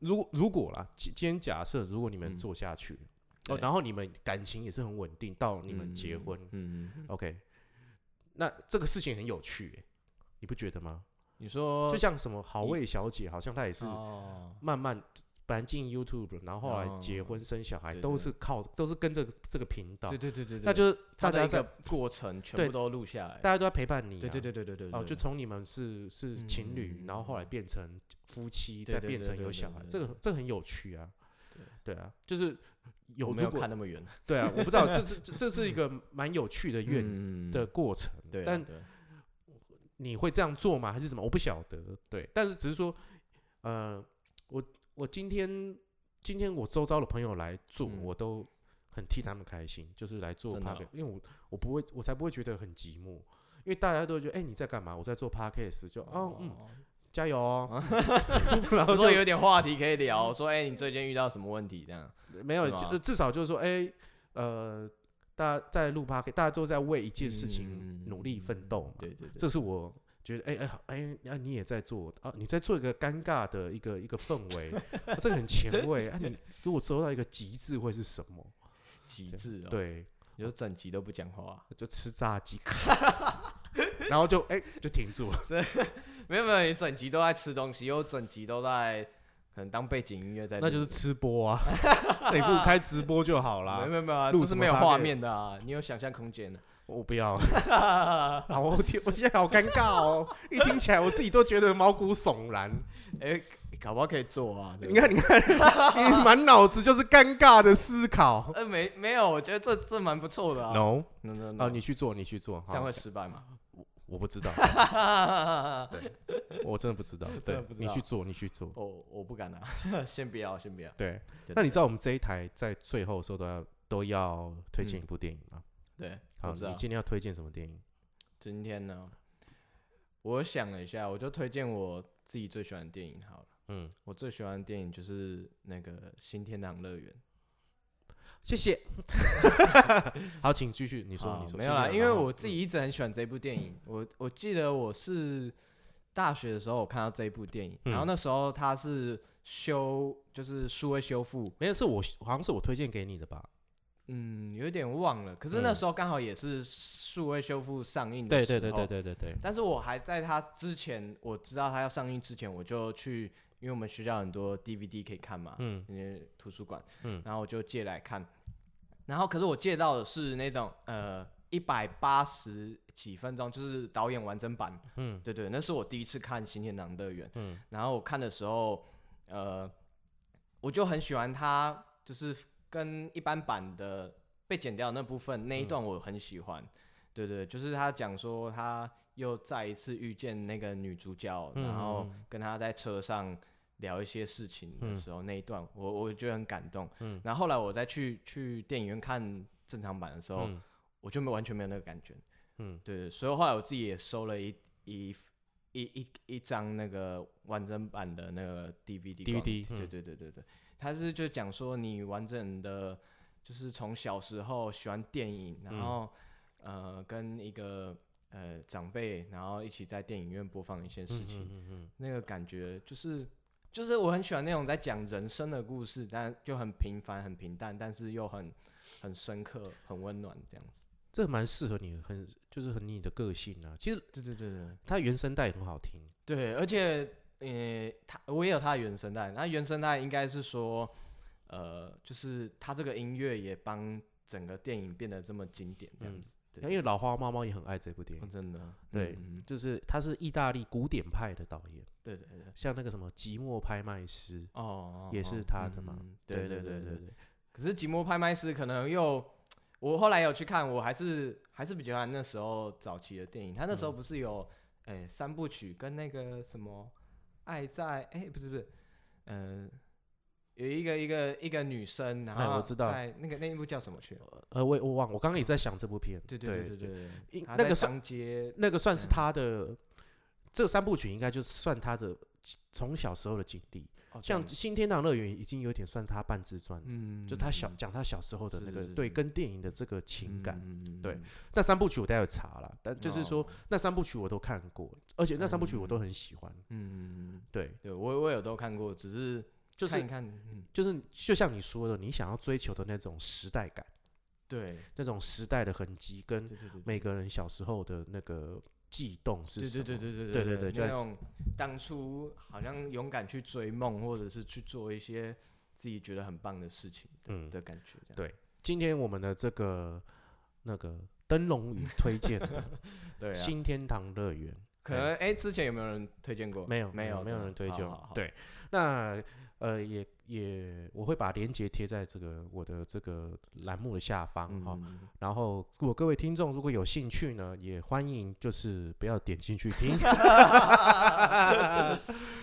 [SPEAKER 1] 如果如果啦，今今天假设如果你们
[SPEAKER 2] 嗯
[SPEAKER 1] 做下去，
[SPEAKER 2] 对
[SPEAKER 1] 哦，然后你们感情也是很稳定，到 你们结婚、
[SPEAKER 2] 嗯，
[SPEAKER 1] o k 那这个事情很有趣欸、你不觉得吗？
[SPEAKER 2] 你说
[SPEAKER 1] 就像什么好
[SPEAKER 2] 哦你
[SPEAKER 1] 味小姐，好像她也是
[SPEAKER 2] 哦，
[SPEAKER 1] 慢慢。本来进 YouTube，然后后来结婚生小孩，
[SPEAKER 2] 对
[SPEAKER 1] 都
[SPEAKER 2] 对
[SPEAKER 1] 是靠都是跟这个这个频道
[SPEAKER 2] 对，对对对，
[SPEAKER 1] 那就是大
[SPEAKER 2] 大
[SPEAKER 1] 家
[SPEAKER 2] 家的
[SPEAKER 1] 在
[SPEAKER 2] 一个过程全
[SPEAKER 1] 对
[SPEAKER 2] 部都录下来。
[SPEAKER 1] 大家都在陪伴你啊，
[SPEAKER 2] 对对对对对对，
[SPEAKER 1] 哦，
[SPEAKER 2] 对
[SPEAKER 1] 就从你们是是情侣，
[SPEAKER 2] 嗯
[SPEAKER 1] 然后后来变成夫妻，
[SPEAKER 2] 对
[SPEAKER 1] 再
[SPEAKER 2] 对
[SPEAKER 1] 变
[SPEAKER 2] 对
[SPEAKER 1] 成
[SPEAKER 2] 对
[SPEAKER 1] 有
[SPEAKER 2] 对
[SPEAKER 1] 小
[SPEAKER 2] 对
[SPEAKER 1] 孩，
[SPEAKER 2] 对
[SPEAKER 1] 这个这个很有趣啊。对啊，就是有
[SPEAKER 2] 我没有
[SPEAKER 1] 如
[SPEAKER 2] 看
[SPEAKER 1] 果
[SPEAKER 2] 那么远
[SPEAKER 1] 对啊，我不知道， 这是这这是一个蛮有趣的愿
[SPEAKER 2] 远
[SPEAKER 1] 的过程，
[SPEAKER 2] 对啊，
[SPEAKER 1] 但
[SPEAKER 2] 对啊
[SPEAKER 1] 你会这样做吗？还是什么？我不晓得。对，但是只是说，呃，我我今天今天我周遭的朋友来做，
[SPEAKER 2] 嗯
[SPEAKER 1] 我都很替他们开心，就是来做
[SPEAKER 2] 真
[SPEAKER 1] p o
[SPEAKER 2] 的哦
[SPEAKER 1] d c a s t 因为我我不会，我才不会觉得很寂寞，因为大家都会觉得，哎、你在干嘛？我在做 podcast，就哦，嗯，，加油
[SPEAKER 2] 啊
[SPEAKER 1] 哦。然后就
[SPEAKER 2] 我说有点话题可以聊，说哎，你最近遇到什么问题？这样，
[SPEAKER 1] 没有，
[SPEAKER 2] 是吗
[SPEAKER 1] 就至少就是说，哎、呃，大家在录 p o d c a s t 大家都在为一件事情
[SPEAKER 2] 嗯
[SPEAKER 1] 努力奋斗嘛。
[SPEAKER 2] 对对对，
[SPEAKER 1] 这是我觉得，哎哎好哎，那、你也在做啊？你在做一个尴尬的一个一个氛 围，啊这个很前卫啊！你如果做到一个极致会是什么？
[SPEAKER 2] 极致哦。，
[SPEAKER 1] 对，
[SPEAKER 2] 你说整集都不讲话，啊
[SPEAKER 1] 就吃炸鸡，然后就哎、就停住了。
[SPEAKER 2] 没有没有，你整集都在吃东西，又整集都在可能当背景音乐在录，
[SPEAKER 1] 那就是吃播 啊，那你不如开直播就好
[SPEAKER 2] 没有
[SPEAKER 1] 啦。
[SPEAKER 2] 没有没有啊，
[SPEAKER 1] 录
[SPEAKER 2] 这
[SPEAKER 1] 什
[SPEAKER 2] 是
[SPEAKER 1] 么
[SPEAKER 2] 没有
[SPEAKER 1] 搭
[SPEAKER 2] 画
[SPEAKER 1] 配
[SPEAKER 2] 面的啊，你有想象空间的。
[SPEAKER 1] 我不 要，然后我听，我现在好尴尬哦，一听起来我自己都觉得毛骨悚然。
[SPEAKER 2] 哎，搞不好可以做啊。对不
[SPEAKER 1] 你看，你看，你满脑子就是尴尬的思考。
[SPEAKER 2] 对，呃，没没有，我觉得这这蛮不错的啊。
[SPEAKER 1] No，
[SPEAKER 2] no no
[SPEAKER 1] 啊，
[SPEAKER 2] no，
[SPEAKER 1] 你去做，你去做，
[SPEAKER 2] 这样
[SPEAKER 1] 好
[SPEAKER 2] 会失败 吗？
[SPEAKER 1] 我不知 道。我真的不知道，对
[SPEAKER 2] 的不，知
[SPEAKER 1] 你
[SPEAKER 2] 道
[SPEAKER 1] 去做，你去做。
[SPEAKER 2] 我我不敢啊， 先不要，先不要。
[SPEAKER 1] 对，
[SPEAKER 2] 对
[SPEAKER 1] 那你
[SPEAKER 2] 对
[SPEAKER 1] 知道我们这一台在最后的时候都要都要推荐一
[SPEAKER 2] 嗯
[SPEAKER 1] 部电影吗？
[SPEAKER 2] 对，
[SPEAKER 1] 好，
[SPEAKER 2] 我知道
[SPEAKER 1] 你今天要推荐什么电影？
[SPEAKER 2] 今天呢，我想了一下，我就推荐我自己最喜欢的电影好了。
[SPEAKER 1] 嗯，
[SPEAKER 2] 我最喜欢的电影就是那个《新天堂乐园》。
[SPEAKER 1] 谢谢。 好，请继续，你
[SPEAKER 2] 你
[SPEAKER 1] 说，你说。
[SPEAKER 2] 啊没有啦，
[SPEAKER 1] 尽量
[SPEAKER 2] 因为
[SPEAKER 1] 然后嗯
[SPEAKER 2] 我自己一直很喜欢这部电影。我我记得我是大学的时候我看到这部电影，然后
[SPEAKER 1] 嗯
[SPEAKER 2] 那时候它是修就是数位修复，
[SPEAKER 1] 没有，是我好像是我推荐给你的吧？
[SPEAKER 2] 嗯，有点忘了。可是那
[SPEAKER 1] 嗯
[SPEAKER 2] 时候刚好也是数位修复上映的
[SPEAKER 1] 对
[SPEAKER 2] 时候，
[SPEAKER 1] 对对对对对对，
[SPEAKER 2] 但是我还在它之前，我知道它要上映之前，我就去，因为我们学校很多 DVD 可以看嘛，
[SPEAKER 1] 嗯
[SPEAKER 2] 因为图书馆，
[SPEAKER 1] 嗯
[SPEAKER 2] 然后我就借来看。然后可是我借到的是那种呃一百八十几分钟，就是导演完整版，
[SPEAKER 1] 嗯
[SPEAKER 2] 对对，那是我第一次看《新天堂乐园》，
[SPEAKER 1] 嗯
[SPEAKER 2] 然后我看的时候，呃，我就很喜欢它，就是跟一般版的被剪掉的那部分那一
[SPEAKER 1] 嗯
[SPEAKER 2] 段我很喜欢，对对，就是他讲说他又再一次遇见那个女主角，
[SPEAKER 1] 嗯
[SPEAKER 2] 然后
[SPEAKER 1] 嗯嗯
[SPEAKER 2] 跟她在车上聊一些事情的时候、那一段，我我觉得很感动。
[SPEAKER 1] 嗯
[SPEAKER 2] 然后后来我再去去电影院看正常版的时候，
[SPEAKER 1] 嗯
[SPEAKER 2] 我就没完全没有那个感觉。
[SPEAKER 1] 嗯
[SPEAKER 2] 对对，所以后来我自己也收了一一一一一张那个完整版的那个 DVD
[SPEAKER 1] DVD
[SPEAKER 2] 光对
[SPEAKER 1] 嗯
[SPEAKER 2] 对对对对，它是就讲说你完整的，就是从小时候喜欢电影，
[SPEAKER 1] 嗯
[SPEAKER 2] 然后、呃跟一个呃长辈，然后一起在电影院播放一些事情，
[SPEAKER 1] 嗯嗯
[SPEAKER 2] 那个感觉就是。就是我很喜欢那种在讲人生的故事，但就很平凡、很平淡，但是又很很深刻、很温暖这样子。
[SPEAKER 1] 这蛮适合你的，很就是很你的个性啊。其实
[SPEAKER 2] 对对对对，
[SPEAKER 1] 它原声带也很好听，
[SPEAKER 2] 对，而且呃，他我也有他的原声带，那原声带应该是说，呃，就是他这个音乐也帮整个电影变得这么经典这样子。对
[SPEAKER 1] 嗯因为老花猫猫也很爱这部电
[SPEAKER 2] 哦
[SPEAKER 1] 影，
[SPEAKER 2] 真的，
[SPEAKER 1] 对
[SPEAKER 2] 嗯嗯
[SPEAKER 1] 就是他是意大利古典派的导演，
[SPEAKER 2] 对对对，
[SPEAKER 1] 像那个什么《寂寞拍卖师》，
[SPEAKER 2] 哦哦，
[SPEAKER 1] 也
[SPEAKER 2] 哦
[SPEAKER 1] 是他的嘛
[SPEAKER 2] 嗯嗯
[SPEAKER 1] 对
[SPEAKER 2] 对
[SPEAKER 1] 对
[SPEAKER 2] 对
[SPEAKER 1] 对
[SPEAKER 2] 对
[SPEAKER 1] 对
[SPEAKER 2] 对。
[SPEAKER 1] 对。
[SPEAKER 2] 可是《寂寞拍卖师》可能又，我后来有去看，我还是还是比较喜欢那时候早期的电影。他那时候不是有，诶、三部曲跟那个什么《爱在》诶，不是不是，呃，有一个一个一个女生，然
[SPEAKER 1] 哎
[SPEAKER 2] 后
[SPEAKER 1] 我知道
[SPEAKER 2] 在那个那一部叫什么去了？
[SPEAKER 1] 呃，我也我忘了，我刚刚也在想这部片。
[SPEAKER 2] 对
[SPEAKER 1] 对
[SPEAKER 2] 对对对对
[SPEAKER 1] 因
[SPEAKER 2] 对，她
[SPEAKER 1] 那
[SPEAKER 2] 在
[SPEAKER 1] 个算
[SPEAKER 2] 上街，
[SPEAKER 1] 那个算
[SPEAKER 2] 嗯
[SPEAKER 1] 是他的这三部曲，应该就是算他的从小时候的经历。
[SPEAKER 2] 哦，
[SPEAKER 1] 像《新天堂乐园》已经有点算他半自传，
[SPEAKER 2] 嗯
[SPEAKER 1] 就他小讲他小时候的
[SPEAKER 2] 是
[SPEAKER 1] 那
[SPEAKER 2] 是
[SPEAKER 1] 个
[SPEAKER 2] 是
[SPEAKER 1] 对
[SPEAKER 2] 是
[SPEAKER 1] 跟电影的这个情感。
[SPEAKER 2] 嗯
[SPEAKER 1] 对，
[SPEAKER 2] 嗯
[SPEAKER 1] 那三部曲我待会查了，但就是说
[SPEAKER 2] 哦
[SPEAKER 1] 那三部曲我都看过，而且那三部曲我都很喜欢。
[SPEAKER 2] 嗯，嗯
[SPEAKER 1] 对，
[SPEAKER 2] 对我我有都看过，只是
[SPEAKER 1] 就
[SPEAKER 2] 看
[SPEAKER 1] 是
[SPEAKER 2] 一看，嗯，
[SPEAKER 1] 就是就像你说的，你想要追求的那种时代感，
[SPEAKER 2] 对
[SPEAKER 1] 嗯那种时代的痕迹跟
[SPEAKER 2] 对对对对，
[SPEAKER 1] 每个人小时候的那个悸动是
[SPEAKER 2] 对
[SPEAKER 1] 什
[SPEAKER 2] 对
[SPEAKER 1] 么？
[SPEAKER 2] 对
[SPEAKER 1] 对
[SPEAKER 2] 对
[SPEAKER 1] 对
[SPEAKER 2] 对
[SPEAKER 1] 对
[SPEAKER 2] 对
[SPEAKER 1] 对就
[SPEAKER 2] 那
[SPEAKER 1] 在
[SPEAKER 2] 种当初好像勇敢去追梦，或者是去做一些自己觉得很棒的事情的
[SPEAKER 1] 嗯
[SPEAKER 2] 的感觉，这样
[SPEAKER 1] 对今天我们的这个那个灯笼鱼推荐的
[SPEAKER 2] 对啊。
[SPEAKER 1] 新天堂乐园，
[SPEAKER 2] 可能哎，之前有没有人推荐过？
[SPEAKER 1] 没有
[SPEAKER 2] 没有，
[SPEAKER 1] 没有人推荐
[SPEAKER 2] 好好。好
[SPEAKER 1] 对，那呃也也我会把链接贴在这个我的这个栏目的下方
[SPEAKER 2] 嗯
[SPEAKER 1] 哈、
[SPEAKER 2] 嗯嗯
[SPEAKER 1] 然后如果各位听众如果有兴趣呢，也欢迎就是不要点进去 听，
[SPEAKER 2] 啊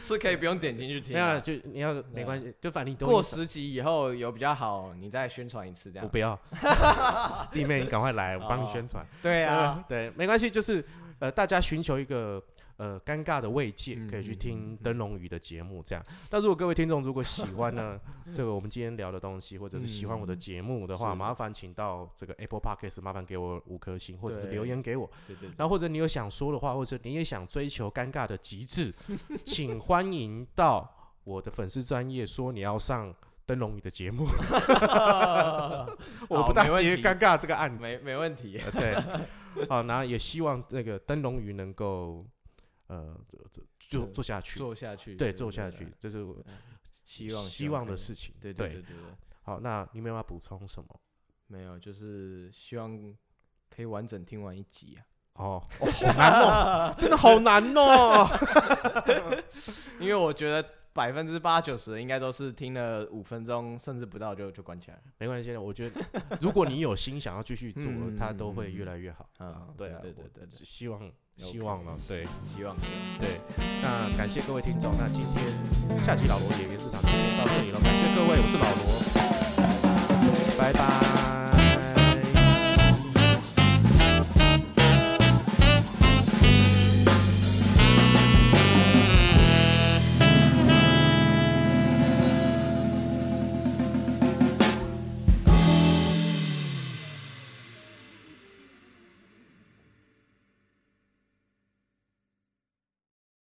[SPEAKER 2] 是可以不用点进去听
[SPEAKER 1] 没有啦
[SPEAKER 2] 啊。
[SPEAKER 1] 就你要没关系，就反正你都已
[SPEAKER 2] 过
[SPEAKER 1] 经
[SPEAKER 2] 十集以后有比较好，你再宣传一次这
[SPEAKER 1] 我
[SPEAKER 2] 样。
[SPEAKER 1] 不 要，弟妹你赶快来，我帮你宣传。
[SPEAKER 2] 对啊，
[SPEAKER 1] 对，没关系，就是呃，大家寻求一个呃尴尬的慰藉，
[SPEAKER 2] 嗯
[SPEAKER 1] 可以去
[SPEAKER 2] 嗯
[SPEAKER 1] 听灯笼鱼的节目这样。那如果各位听众如果喜欢呢，这个我们今天聊的东西，或者是喜欢我的节目的话，
[SPEAKER 2] 嗯是
[SPEAKER 1] 麻烦请到这个 Apple Podcast，麻烦给我五颗星，或者是留
[SPEAKER 2] 对
[SPEAKER 1] 言给我。
[SPEAKER 2] 对对 对，
[SPEAKER 1] 然后或者你有想说的话，或者你也想追求尴尬的极致， 请欢迎到我的粉丝专业说你要上灯笼鱼的 节目，我
[SPEAKER 2] 好
[SPEAKER 1] 不大
[SPEAKER 2] 没问
[SPEAKER 1] 接
[SPEAKER 2] 题
[SPEAKER 1] 尴尬这个案子。
[SPEAKER 2] 没没问题。
[SPEAKER 1] 呃，对，好，然后也希望那个灯笼鱼能够呃做做做下去，
[SPEAKER 2] 做下去，
[SPEAKER 1] 对，做下去，，这是我
[SPEAKER 2] 希望
[SPEAKER 1] 希望
[SPEAKER 2] 可
[SPEAKER 1] 的
[SPEAKER 2] 以
[SPEAKER 1] 事情。
[SPEAKER 2] 对对
[SPEAKER 1] 对
[SPEAKER 2] 对对对，
[SPEAKER 1] 好，那你们有要补充什么？
[SPEAKER 2] 没有，就是希望可以完整听完一集 啊，
[SPEAKER 1] 哦，哦好难哦，真的好难哦。
[SPEAKER 2] 因为我觉得百分之八九十应该都是听了五分钟甚至不到就就关起来了。
[SPEAKER 1] 没关系的，我觉得如果你有心想要继续做，
[SPEAKER 2] 嗯
[SPEAKER 1] 它都会越来越好。
[SPEAKER 2] 啊，
[SPEAKER 1] 对啊
[SPEAKER 2] 对
[SPEAKER 1] 我
[SPEAKER 2] 对对对，
[SPEAKER 1] 希望希
[SPEAKER 2] OK
[SPEAKER 1] 望了，对
[SPEAKER 2] 希望
[SPEAKER 1] 对。那感谢各位听众，那今天下期老罗演员市场就先到这里了，感谢各位，我是老罗，拜拜。